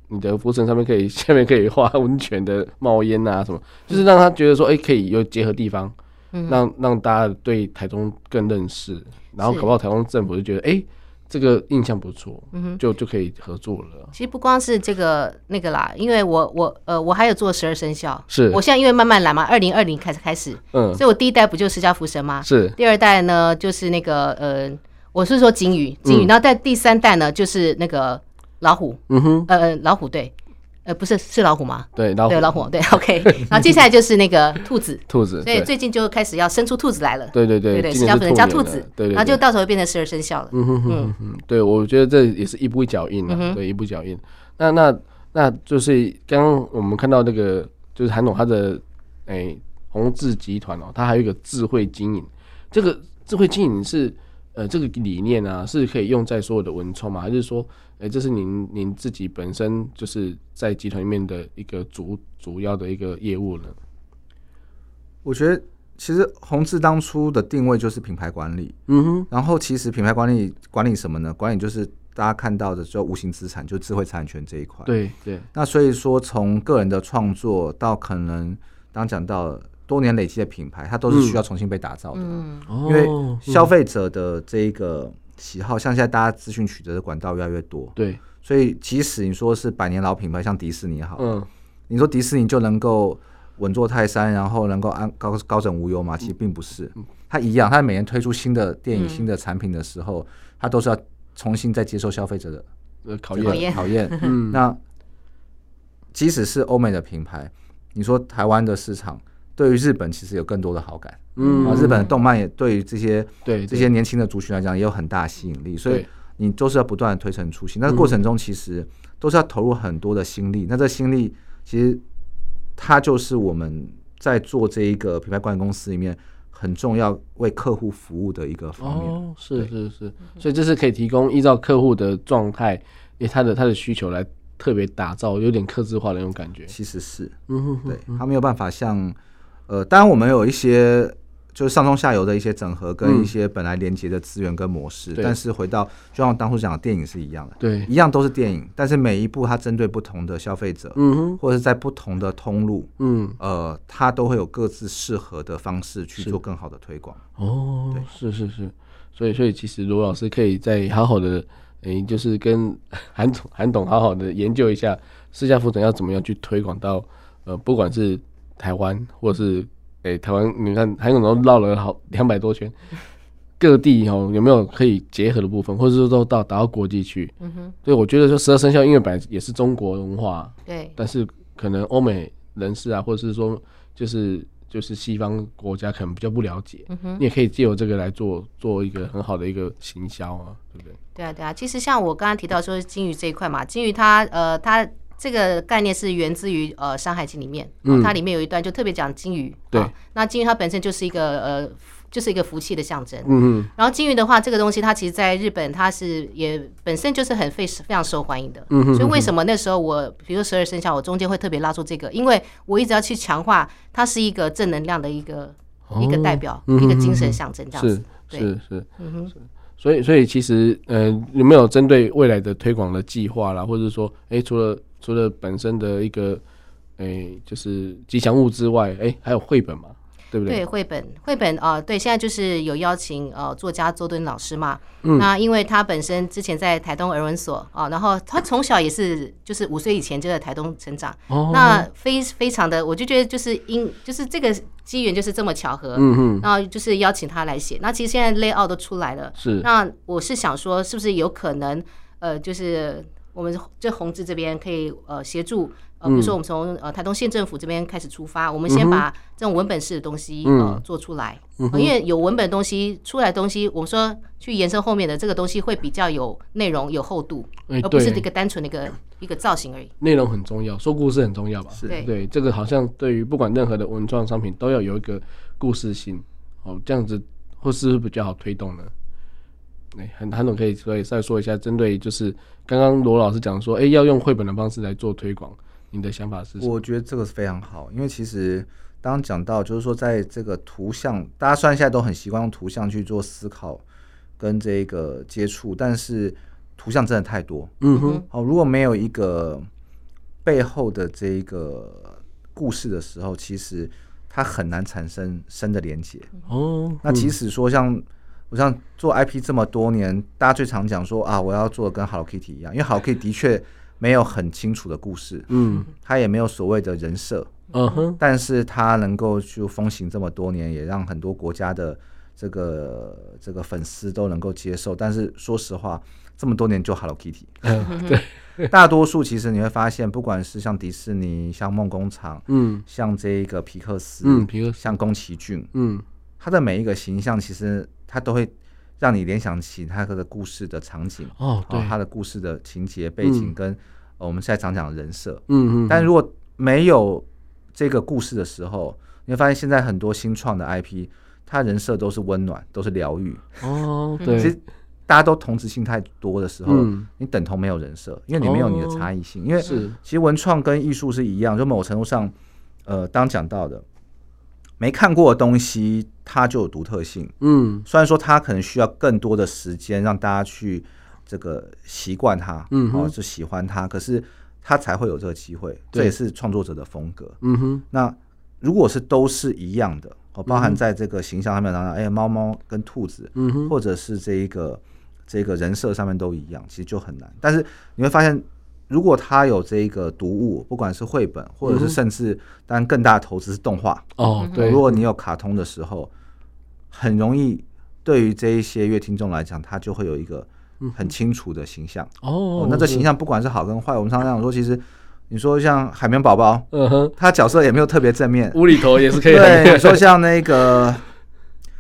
A: 你的浮层上面可以 [LAUGHS] 下面可以画温泉的冒烟啊什么，就是让他觉得说，诶，可以有结合地方，
B: 嗯
A: 让让大家对台中更认识，然后
B: 是
A: 搞不好台中政府就觉得，诶，这个印象不错，
B: 嗯
A: 就就可以合作了。
B: 其实不光是这个那个啦，因为我我呃我还有做十二生肖，
A: 是
B: 我现在因为慢慢来嘛，二零二零开始开始，
A: 嗯，
B: 所以我第一代不就释迦福神吗？
A: 是
B: 第二代呢就是那个呃，我是说金鱼，金鱼，然后在第三代呢就是那个老虎，
A: 嗯哼，
B: 呃老虎对，呃不是是老虎吗？
A: 对，然
B: 对
A: 后
B: 老虎
A: [LAUGHS]
B: 对 OK，然后接下来就是那个兔子，
A: 兔子，
B: 所以
A: 对
B: 最近就开始要生出兔子来了，
A: 对对对，
B: 对对，
A: 今
B: 释
A: 年
B: 迦
A: 是
B: 福神加
A: 兔
B: 兔
A: 年
B: 子
A: 了，对对，
B: 然后就
A: 对
B: 到时候变成十二生肖了，
A: 嗯哼哼哼，对，我觉得这也是一步一脚印
B: 嗯
A: 啊，对，一步一脚印。那那那就是刚刚我们看到那个，就是韩总他的哎、宏志集团哦，他还有一个智慧经营，这个智慧经营是呃这个理念啊，是可以用在所有的文创吗？还是说，哎、这是您您自己本身就是在集团里面的一个主主要的一个业务呢？
C: 我觉得其实宏志当初的定位就是品牌管理，
A: 嗯哼，
C: 然后其实品牌管理管理什么呢？管理就是大家看到的就无形资产，就智慧产权这一块。
A: 对对，
C: 那所以说，从个人的创作到可能刚讲到多年累积的品牌，它都是需要重新被打造的。
B: 嗯
C: 因为
A: 嗯哦，
C: 消费者的这一个喜好，像现在大家资讯取得的管道越来越多，
A: 对，
C: 所以即使你说是百年老品牌，像迪士尼好，
A: 嗯，
C: 你说迪士尼就能够稳坐泰山，然后能够安高高枕无忧吗？其实并不是，它一样，它每年推出新的电影、新的产品的时候，它都是要重新再接受消费者的
A: 呃，考
C: 这
A: 验
C: 个
B: 考验
C: 考验。那即使是欧美的品牌，你说台湾的市场对于日本其实有更多的好感，
A: 嗯
C: 啊，日本的动漫也对于这些
A: 对
C: 这
A: 对
C: 些年轻的族群来讲也有很大的吸引力，所以
A: 对嗯
C: 你都是要不断的推陈出新。那过程中其实都是要投入很多的心力，那这心力其实它就是我们在做这一个品牌管理公司里面很重要为客户服务的一个方面。
A: 哦，是
C: 对
A: 是是，所以这是可以提供依照客户的状态，也他的他的需求来特别打造，有点客制化的那种感觉。
C: 其实是
A: 嗯哼哼，
C: 对，它没有办法像呃，当然我们有一些。就是上中下游的一些整合，跟一些本来连接的资源跟模式，
A: 嗯对
C: 但是回到就像当初讲的电影是一样的，
A: 对，
C: 一样都是电影，但是每一部它针对不同的消费者，
A: 嗯哼，
C: 或者是在不同的通路，
A: 嗯，
C: 呃，它都会有各自适合的方式去做更好的推广。
A: 哦，是是是，所以所以其实罗老师可以再好好的，诶、就是跟 [LAUGHS] 韩总韩董好好的研究一下，私家服诊要怎么样去推广到呃，不管是台湾或是诶、台湾，你看韩总都绕了好两百多圈，各地哦有没有可以结合的部分，或者说都到达到国际去？嗯哼，对，我觉得说十二生肖音乐本来也是中国文化，
B: 对，
A: 但是可能欧美人士啊，或者是说就是就是西方国家可能比较不了解，
B: 嗯
A: 你也可以借由这个来做做一个很好的一个行销啊，对不对？
B: 对啊，对啊，其实像我刚刚提到说金鱼这一块嘛，金鱼它呃它这个概念是源自于呃《山海经》里面、哦它里面有一段就特别讲金鱼，
A: 嗯对
B: 啊那金鱼它本身就是一个呃就是一个福气的象征。
A: 嗯
B: 然后金鱼的话，这个东西它其实在日本它是也本身就是很非非常受欢迎的。
A: 嗯哼
B: 所以为什么那时候我，比如十二生肖，我中间会特别拉出这个，因为我一直要去强化它是一个正能量的一个、一个代表，
A: 嗯哼
B: 一个精神象征这样
A: 是
B: 子。对
A: 是是，
B: 嗯哼，
A: 所以所以其实呃，有没有针对未来的推广的计划啦，或者说，哎、除了除了本身的一个，哎、就是吉祥物之外，哎、还有绘本嘛，对不对？
B: 对，绘本，绘本啊、呃对，现在就是有邀请呃作家周敦老师嘛，
A: 嗯
B: 那因为他本身之前在台东儿文所啊、然后他从小也是就是五岁以前就在台东成长，
A: 哦
B: 那非非常的，我就觉得就是因就是这个机缘就是这么巧合，
A: 嗯嗯，
B: 然后就是邀请他来写，那其实现在 layout 都出来了，
A: 是
B: 那我是想说，是不是有可能，呃，就是我们这红字这边可以呃协助，呃，
A: 嗯
B: 比如说我们从呃台东县政府这边开始出发，我们先把这种文本式的东西
A: 嗯
B: 呃做出来，呃因为有文本的东西出来的东西，我们说去延伸后面的这个东西会比较有内容、有厚度，
A: 哎
B: 而不是
A: 对
B: 一个单纯的一个一个造型而已。
A: 内容很重要，说故事很重要吧？
C: 是
B: 对
A: 对，这个好像对于不管任何的文创商品都要有一个故事性，哦，这样子或是不是比较好推动呢？哎、韩韩总可以所以再说一下，针对就是刚刚罗老师讲说，哎、要用绘本的方式来做推广，你的想法是什么？
C: 我觉得这个是非常好，因为其实刚刚讲到，就是说在这个图像，大家虽然现在都很习惯用图像去做思考跟这个接触，但是图像真的太多，
A: 嗯哼，
C: 哦，如果没有一个背后的这一个故事的时候，其实它很难产生深的连接。
A: 哦，
C: 那即使说像我像做 IP 这么多年，大家最常讲说啊，我要做跟 Hello Kitty 一样，因为 Hello Kitty 的确没有很清楚的故事，
A: 嗯
C: 它也没有所谓的人设，
A: 嗯哼，
C: 但是它能够就风行这么多年，也让很多国家的这个这个粉丝都能够接受。但是说实话，这么多年就 Hello
A: [LAUGHS]
C: Kitty，对，
A: 嗯
C: 大多数其实你会发现，不管是像迪士尼、像梦工厂、
A: 嗯
C: 像这一个皮克斯、
A: 嗯，皮克斯，
C: 像宫崎骏，
A: 嗯
C: 他的每一个形象，其实他都会让你联想起他的故事的场景，
A: 哦，对，
C: 哦，他的故事的情节背景
A: 嗯
C: 跟、呃我们现在常讲的人设。
A: 嗯嗯，
C: 但如果没有这个故事的时候，你会发现现在很多新创的 IP，它人设都是温暖，都是疗愈。
A: 哦，
C: 其
A: 对，
C: 实大家都同质性太多的时候，
A: 嗯
C: 你等同没有人设，因为你没有你的差异性。因为
A: 是，
C: 其实文创跟艺术是一样，就某程度上，呃，刚讲到的，没看过的东西它就有独特性。
A: 嗯
C: 虽然说它可能需要更多的时间让大家去这个习惯它，
A: 嗯哼
C: 哦，就喜欢它，可是它才会有这个机会，
A: 对
C: 这也是创作者的风格。
A: 嗯哼，
C: 那如果是都是一样的，哦，包含在这个形象上面，当然，哎，猫猫跟兔子，
A: 嗯哼，
C: 或者是这一个这个人设上面都一样，其实就很难。但是你会发现，如果它有这一个读物，不管是绘本，或者是甚至当然更大的投资是动画，
A: 哦，嗯对
C: 嗯如，果你有卡通的时候，很容易对于这一些乐听众来讲，他就会有一个很清楚的形象。
A: 嗯哦
C: 哦，那这形，象不管是好跟坏，我们常常讲说，其实你说像海绵宝宝，
A: 嗯哼，
C: 他角色也没有特别正面。
A: 无厘头也是可以
C: 对，
A: 很，
C: 你说像那个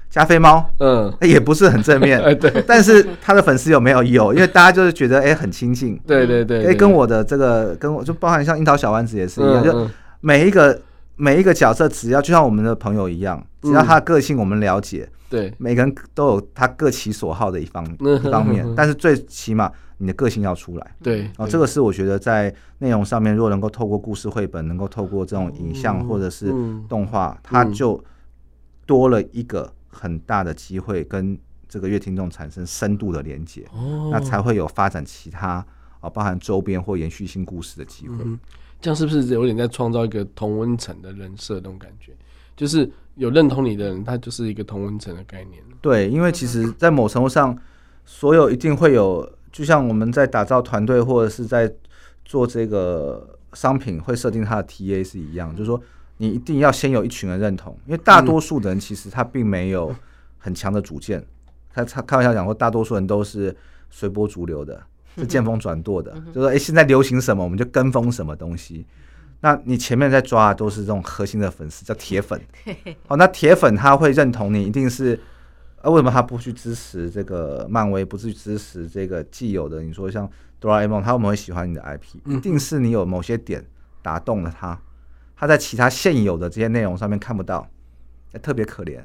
C: 加菲猫，
A: [LAUGHS] 嗯，
C: 哎也不是很正面。
A: 哎，对。
C: 但是他的粉丝有没有有？因为大家就是觉得哎、很亲近，
A: 对对对，
C: 哎
A: 对
C: 跟我的这个跟我就包含像樱桃小丸子也是一
A: 嗯
C: 样，就
A: 嗯
C: 每一个每一个角色，只要就像我们的朋友一样，只
A: 嗯
C: 要他的个性我们了解，
A: 对，
C: 每个人都有他各其所好的一方
A: 嗯
C: 一方面
A: 嗯嗯，
C: 但是最起码你的个性要出来。
A: 对，
C: 哦，
A: 对
C: 这个是我觉得在内容上面，如果能够透过故事绘本，能够透过这种影像
A: 嗯
C: 或者是
A: 嗯
C: 动画，它
A: 嗯
C: 就多了一个很大的机会跟这个乐听众产生深度的连接，
A: 哦，
C: 那才会有发展其他啊，包含周边或延续性故事的机会。
A: 这样是不是有点在创造一个同温层的人设那种感觉？就是有认同你的人，他就是一个同温层的概念。
C: 对，因为其实，在某程度上，所有一定会有，就像我们在打造团队或者是在做这个商品，会设定它的 TA 是一样，就是说你一定要先有一群人认同，因为大多数的人其实他并没有很强的主见，他他开玩笑讲说，大多数人都是随波逐流的，是见风转舵的，就是说，哎，现在流行什么，我们就跟风什么东西。那你前面在抓的都是这种核心的粉丝，叫铁粉。好，那铁粉他会认同你，一定是啊，为什么他不去支持这个漫威，不去支持这个既有的？你说像哆啦 A 梦，他为什么会喜欢你的 IP？、一定是你有某些点打动了他，他在其他现有的这些内容上面看不到，哎特别可怜。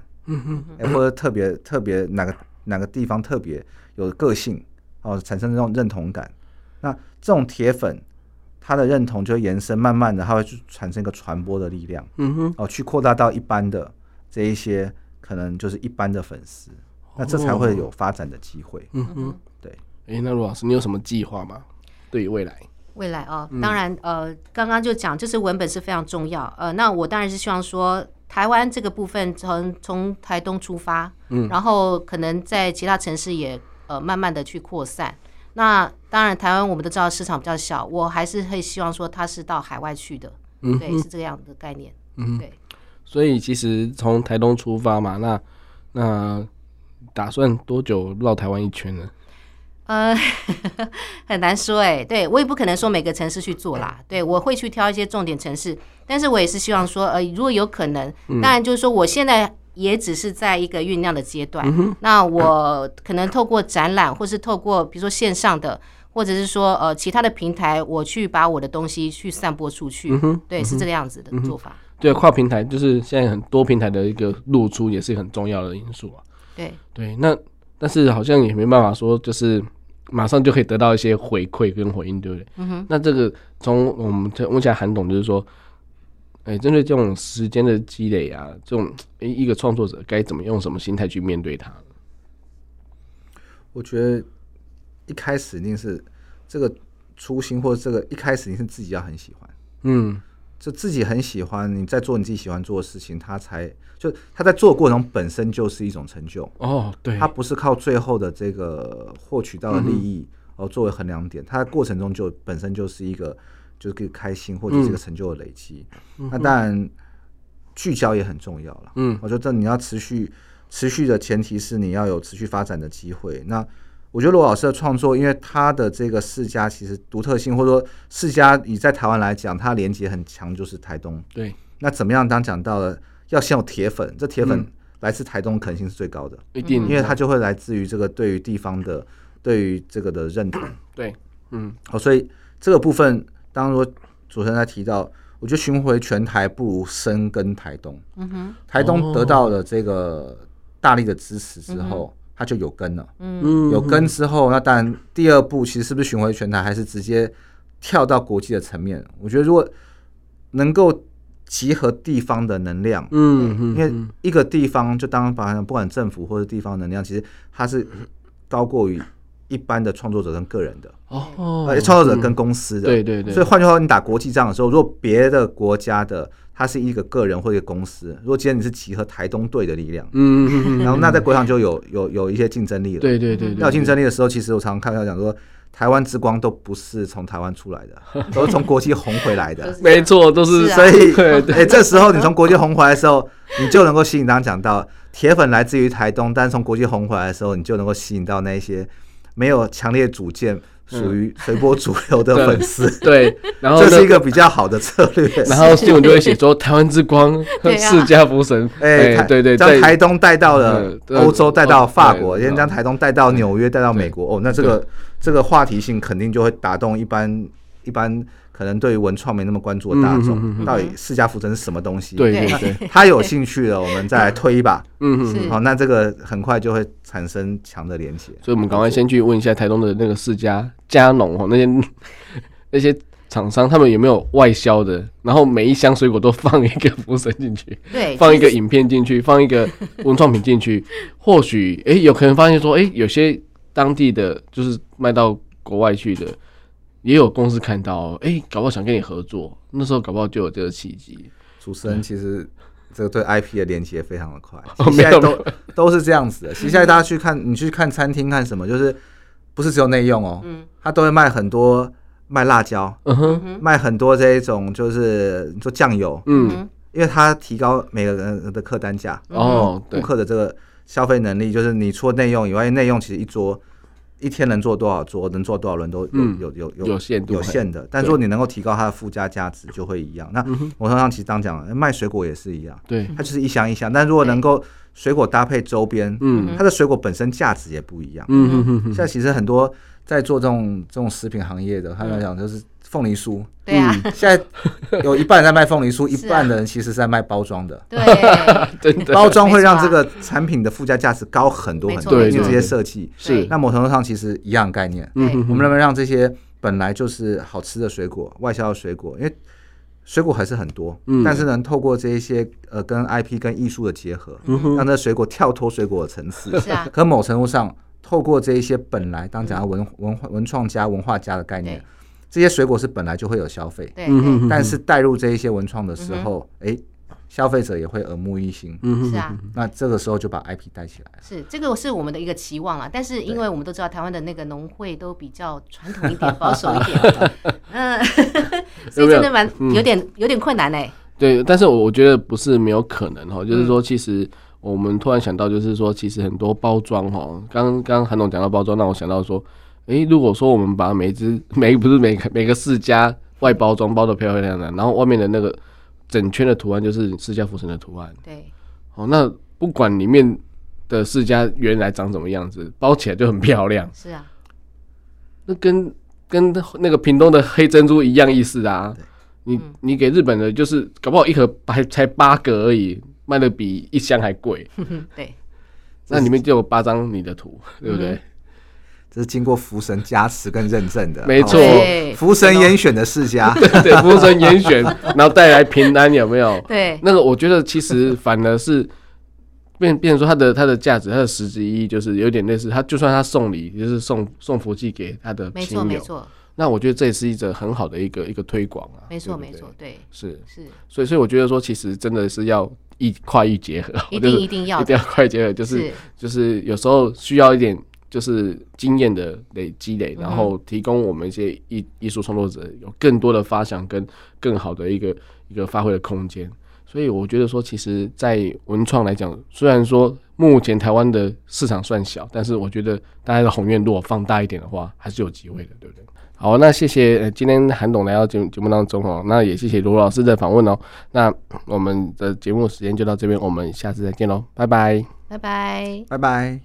C: 哎或者特别特别哪个哪个地方特别有个性哦，产生这种认同感。那这种铁粉，他的认同就会延伸，慢慢的他会去产生一个传播的力量
A: 嗯哼，
C: 哦，去扩大到一般的这一些可能就是一般的粉丝，那这才会有发展的机会。
A: 嗯哼，
C: 对。
A: 哎、那卢老师，你有什么计划吗？对于未来？
B: 未来哦，当然呃，刚刚就讲，就是文本是非常重要。呃，那我当然是希望说，台湾这个部分从从台东出发，嗯，然后可能在其他城市也呃慢慢的去扩散。那当然，台湾我们都知道市场比较小，我还是会希望说它是到海外去的，对，是这个样子的概念。嗯，对，
A: 所以其实从台东出发嘛，那那打算多久绕台湾一圈呢？
B: 呃， [LAUGHS] 很难说哎、对我也不可能说每个城市去做啦。对我会去挑一些重点城市，但是我也是希望说，呃，如果有可能，
A: 嗯
B: 当然就是说我现在也只是在一个酝酿的阶
A: 嗯
B: 段。那我可能透过展览，或是透过比如说线上的，或者是说呃其他的平台，我去把我的东西去散播出去。
A: 嗯
B: 对，是这个样子的做法。
A: 对，跨平台就是现在很多平台的一个露出也是很重要的因素啊。
B: 对，
A: 对，那但是好像也没办法说就是马上就可以得到一些回馈跟回应，对不对？嗯哼。那这个从我们这问一下韩董，就是说，哎、针对这种时间的积累啊，这种哎一个创作者该怎么用什么心态去面对它？
C: 我觉得一开始一定是这个初心，或者这个一开始你是自己要很喜欢，
A: 嗯
C: 就自己很喜欢，你在做你自己喜欢做的事情，他才就他在做过程中本身就是一种成就，
A: 哦，对，嗯
C: 他不是靠最后的这个获取到的利益哦、作为衡量点，他在过程中就本身就是一个就是一个开心或者是一个成就的累积。那当然聚焦也很重要了，
A: 嗯，
C: 我觉得你要持续持续的前提是你要有持续发展的机会。那我觉得罗老师的创作，因为他的这个世家其实独特性，或者说世家以在台湾来讲，它连接很强，就是台东。
A: 对，
C: 那怎么样？刚讲到了，要先有铁粉，这铁
A: 嗯
C: 粉来自台东可能性是最高的，
A: 一定，
C: 嗯因为它就会来自于这个对于地方的对于这个的认同。
A: 对，嗯
C: 好，所以这个部分，当说主持人在提到，我觉得巡回全台不如深耕台东。
B: 嗯哼，
C: 台东
A: 哦
C: 得到了这个大力的支持之后，它就有根了。
A: 嗯，
C: 有根之后，那当然第二步其实是不是巡回全台，还是直接跳到国际的层面？我觉得如果能够集合地方的能量，
A: 嗯嗯
C: 因为一个地方就当把不管政府或者地方能量，其实它是高过于一般的创作者跟个人的，
A: 哦，
C: 而且呃创作者跟公司的。
A: 对对对，
C: 所以换句话说，你打国际仗的时候，如果别的国家的它是一个个人或一个公司，如果今天你是集合台东队的力量，
A: 嗯嗯嗯嗯，
C: 然后那在国际上就有有有一些竞争力了。
A: 对对对对，
C: 要有竞争力的时候，其实我常常看到讲说，台湾之光都不是从台湾出来
A: [LAUGHS]
C: 的，都是从国际红回来的。
A: 没错，都是
B: 是啊
C: 所以，
A: 对
C: 哎，这时候你从国际红回来的时候，你就能够吸引刚刚讲到铁粉来自于台东，但是从国际红回来的时候，你就能够吸引到那一些没有强烈主见、属于随波逐流的粉丝。
A: 对，然后
C: 这
A: 呢
C: 是一，个比较好的策略。
A: 然后新闻就会写说台湾之
C: [LAUGHS]
A: 光
B: 对啊
A: 世家福神，
C: 哎，台
A: 对对，
C: 将
A: 在
C: 台东带到了
A: 嗯对
C: 欧洲，带到法
A: 对
C: 国，
A: 对
C: 先将台东带到纽约，带到美国。哦，那这个这个话题性肯定就会打动一般一般可能对于文创没那么关注的大
A: 嗯
C: 众。到底释迦福真是什么东西？
A: 对
B: 对
A: 对对，
B: [LAUGHS]
C: 他有兴趣了，我们再来推一把。
A: 嗯嗯。
B: 是
C: 好，那这个很快就会产生强的连接。
A: 所以我们赶快先去问一下台东的那个世家佳农哦，那些 [LAUGHS] 那些厂商他们有没有外销的？然后每一箱水果都放一个福神进
C: [LAUGHS]
A: 去，
C: 哎
B: 对，
A: 放一个影片进去，放一个文创品进
C: [LAUGHS]
A: 去，或许诶、有可能发现说，诶、有些当地的就是卖到国外去的，也有公司看到哦，诶、搞不好想跟你合作，那时候搞不好就有这个契机。
C: 主持人其实这个对 IP 的连接非常的快，
A: 嗯哦
C: 其实
A: 没
C: 现在
A: 有
C: 都都是这样子的。其实现在大家去看，你去看餐厅看什么，就是不是只有内用哦，嗯，他都会卖很多卖辣椒，
A: 嗯哼，
C: 卖很多这一种就是你说酱油，
A: 嗯，
C: 因为它提高每个人的客单价，
A: 哦，
C: 顾
A: 对，
C: 客的这个消费能力，就是你除了内用以外，因为内用其实一桌一天能做多少桌，能做多少轮都有、
A: 嗯
C: 有有
A: 有限度
C: 有限的。但如果你能够提高它的附加价值，就会一样。
A: 嗯
C: 那我通常其实当讲了卖水果也是一样，
A: 对，
C: 它就是一箱一箱，但如果能够水果搭配周边，
A: 嗯
C: 它的水果本身价值也不一样。
A: 嗯哼哼哼，嗯
C: 现在其实很多在做这种这种食品行业的，他们讲就是凤梨酥，
B: 对啊，
C: 现在有一半人在卖凤梨酥，
B: [LAUGHS]
C: 一
B: 是啊
C: 半的人其实是在卖包装的。
B: 对，
A: 真的
C: 包装会让
B: 没
C: 这
B: 错啊
C: 个产品的附加价值高很多
B: 没
C: 很
B: 错
C: 多，
A: 没
C: 因为这
A: 错
C: 些设计。
A: 是
B: 对
C: 那某程度上其实一样概念，
B: 对
A: 嗯
C: 我们能不能让这些本来就是好吃的水果、外销的水果，因为水果还是很多，
A: 嗯
C: 但是能透过这一些呃跟 IP 跟艺术的结合，
A: 嗯
C: 让这水果跳脱水果的层次。
B: [LAUGHS] 是啊
C: 可某程度上，透过这一些本来当讲到文文化文创家、文化家的概念
B: 对，
C: 这些水果是本来就会有消费，
B: 对，
A: 嗯
B: 对
A: 哼
C: 但是带入这一些文创的时候，
B: 嗯
C: 诶，消费者也会耳目一新。
A: 嗯哼
B: 是啊，
C: 那这个时候就把 IP 带起来了。
B: 是这个是我们的一个期望啊。但是因为我们都知道台湾的那个农会都比较传统一点、保守一
A: [LAUGHS]
B: 点，嗯，所以真的蛮
A: 嗯
B: 有点有点困难哎。
A: 对，但是我我觉得不是没有可能哈，就是说，其实我们突然想到，就是说，其实很多包装哈，刚刚韩总讲到包装，让我想到说，诶，如果说我们把每一只 [LAUGHS] 每不是每个每个世家外包装包的漂漂亮亮，然后外面的那个整圈的图案就是释迦佛神的图案，
B: 对，
A: 哦，那不管里面的释迦原来长什么样子，包起来就很漂亮，
B: 是啊，
A: 那跟跟那个屏东的黑珍珠一样意思啊。你
B: 嗯
A: 你给日本的，就是搞不好一盒才才八个而已，卖的比一箱还贵。
B: [LAUGHS] 对，
A: 那里面就有八张你的图，对不
B: [LAUGHS]
A: 对？
C: 这是经过福神加持跟认证的，哦
A: 没错
B: 对
C: 福神严选的世家，
A: 对，福神严
B: [LAUGHS]
A: 选，然后带来平安，有没有？
B: 对，
A: 那个我觉得其实反而是变变成说它的它的价值，它的实质意义就是有点类似，他就算他送礼，就是送送福气给他的
B: 没错，
A: 亲
B: 没
A: 友。
B: 错，
A: 那我觉得这也是一个很好的一个一个推广啊。
B: 没错，
A: 对
B: 没
A: 不对
B: 错，，对，
A: 是。
B: 是
A: 所以，所以我觉得说，其实真的是要一快意结合，
B: 一
A: 就是
B: 定一定要
A: 一定
B: 的，
A: 要快结合，就是
B: 是
A: 就是有时候需要一点就是经验的累积累，然后提供我们一些艺艺术创作者有更多的发想跟更好的一个一个发挥的空间。所以我觉得说，其实，在文创来讲，虽然说目前台湾的市场算小，但是我觉得大家的宏愿如果放大一点的话，还是有机会的，对不对？好，那谢谢呃今天韩董来到节节目当中哦，那也谢谢罗老师的访问哦。那我们的节目时间就到这边，我们下次再见喽，拜拜。
B: 拜拜。
C: 拜拜。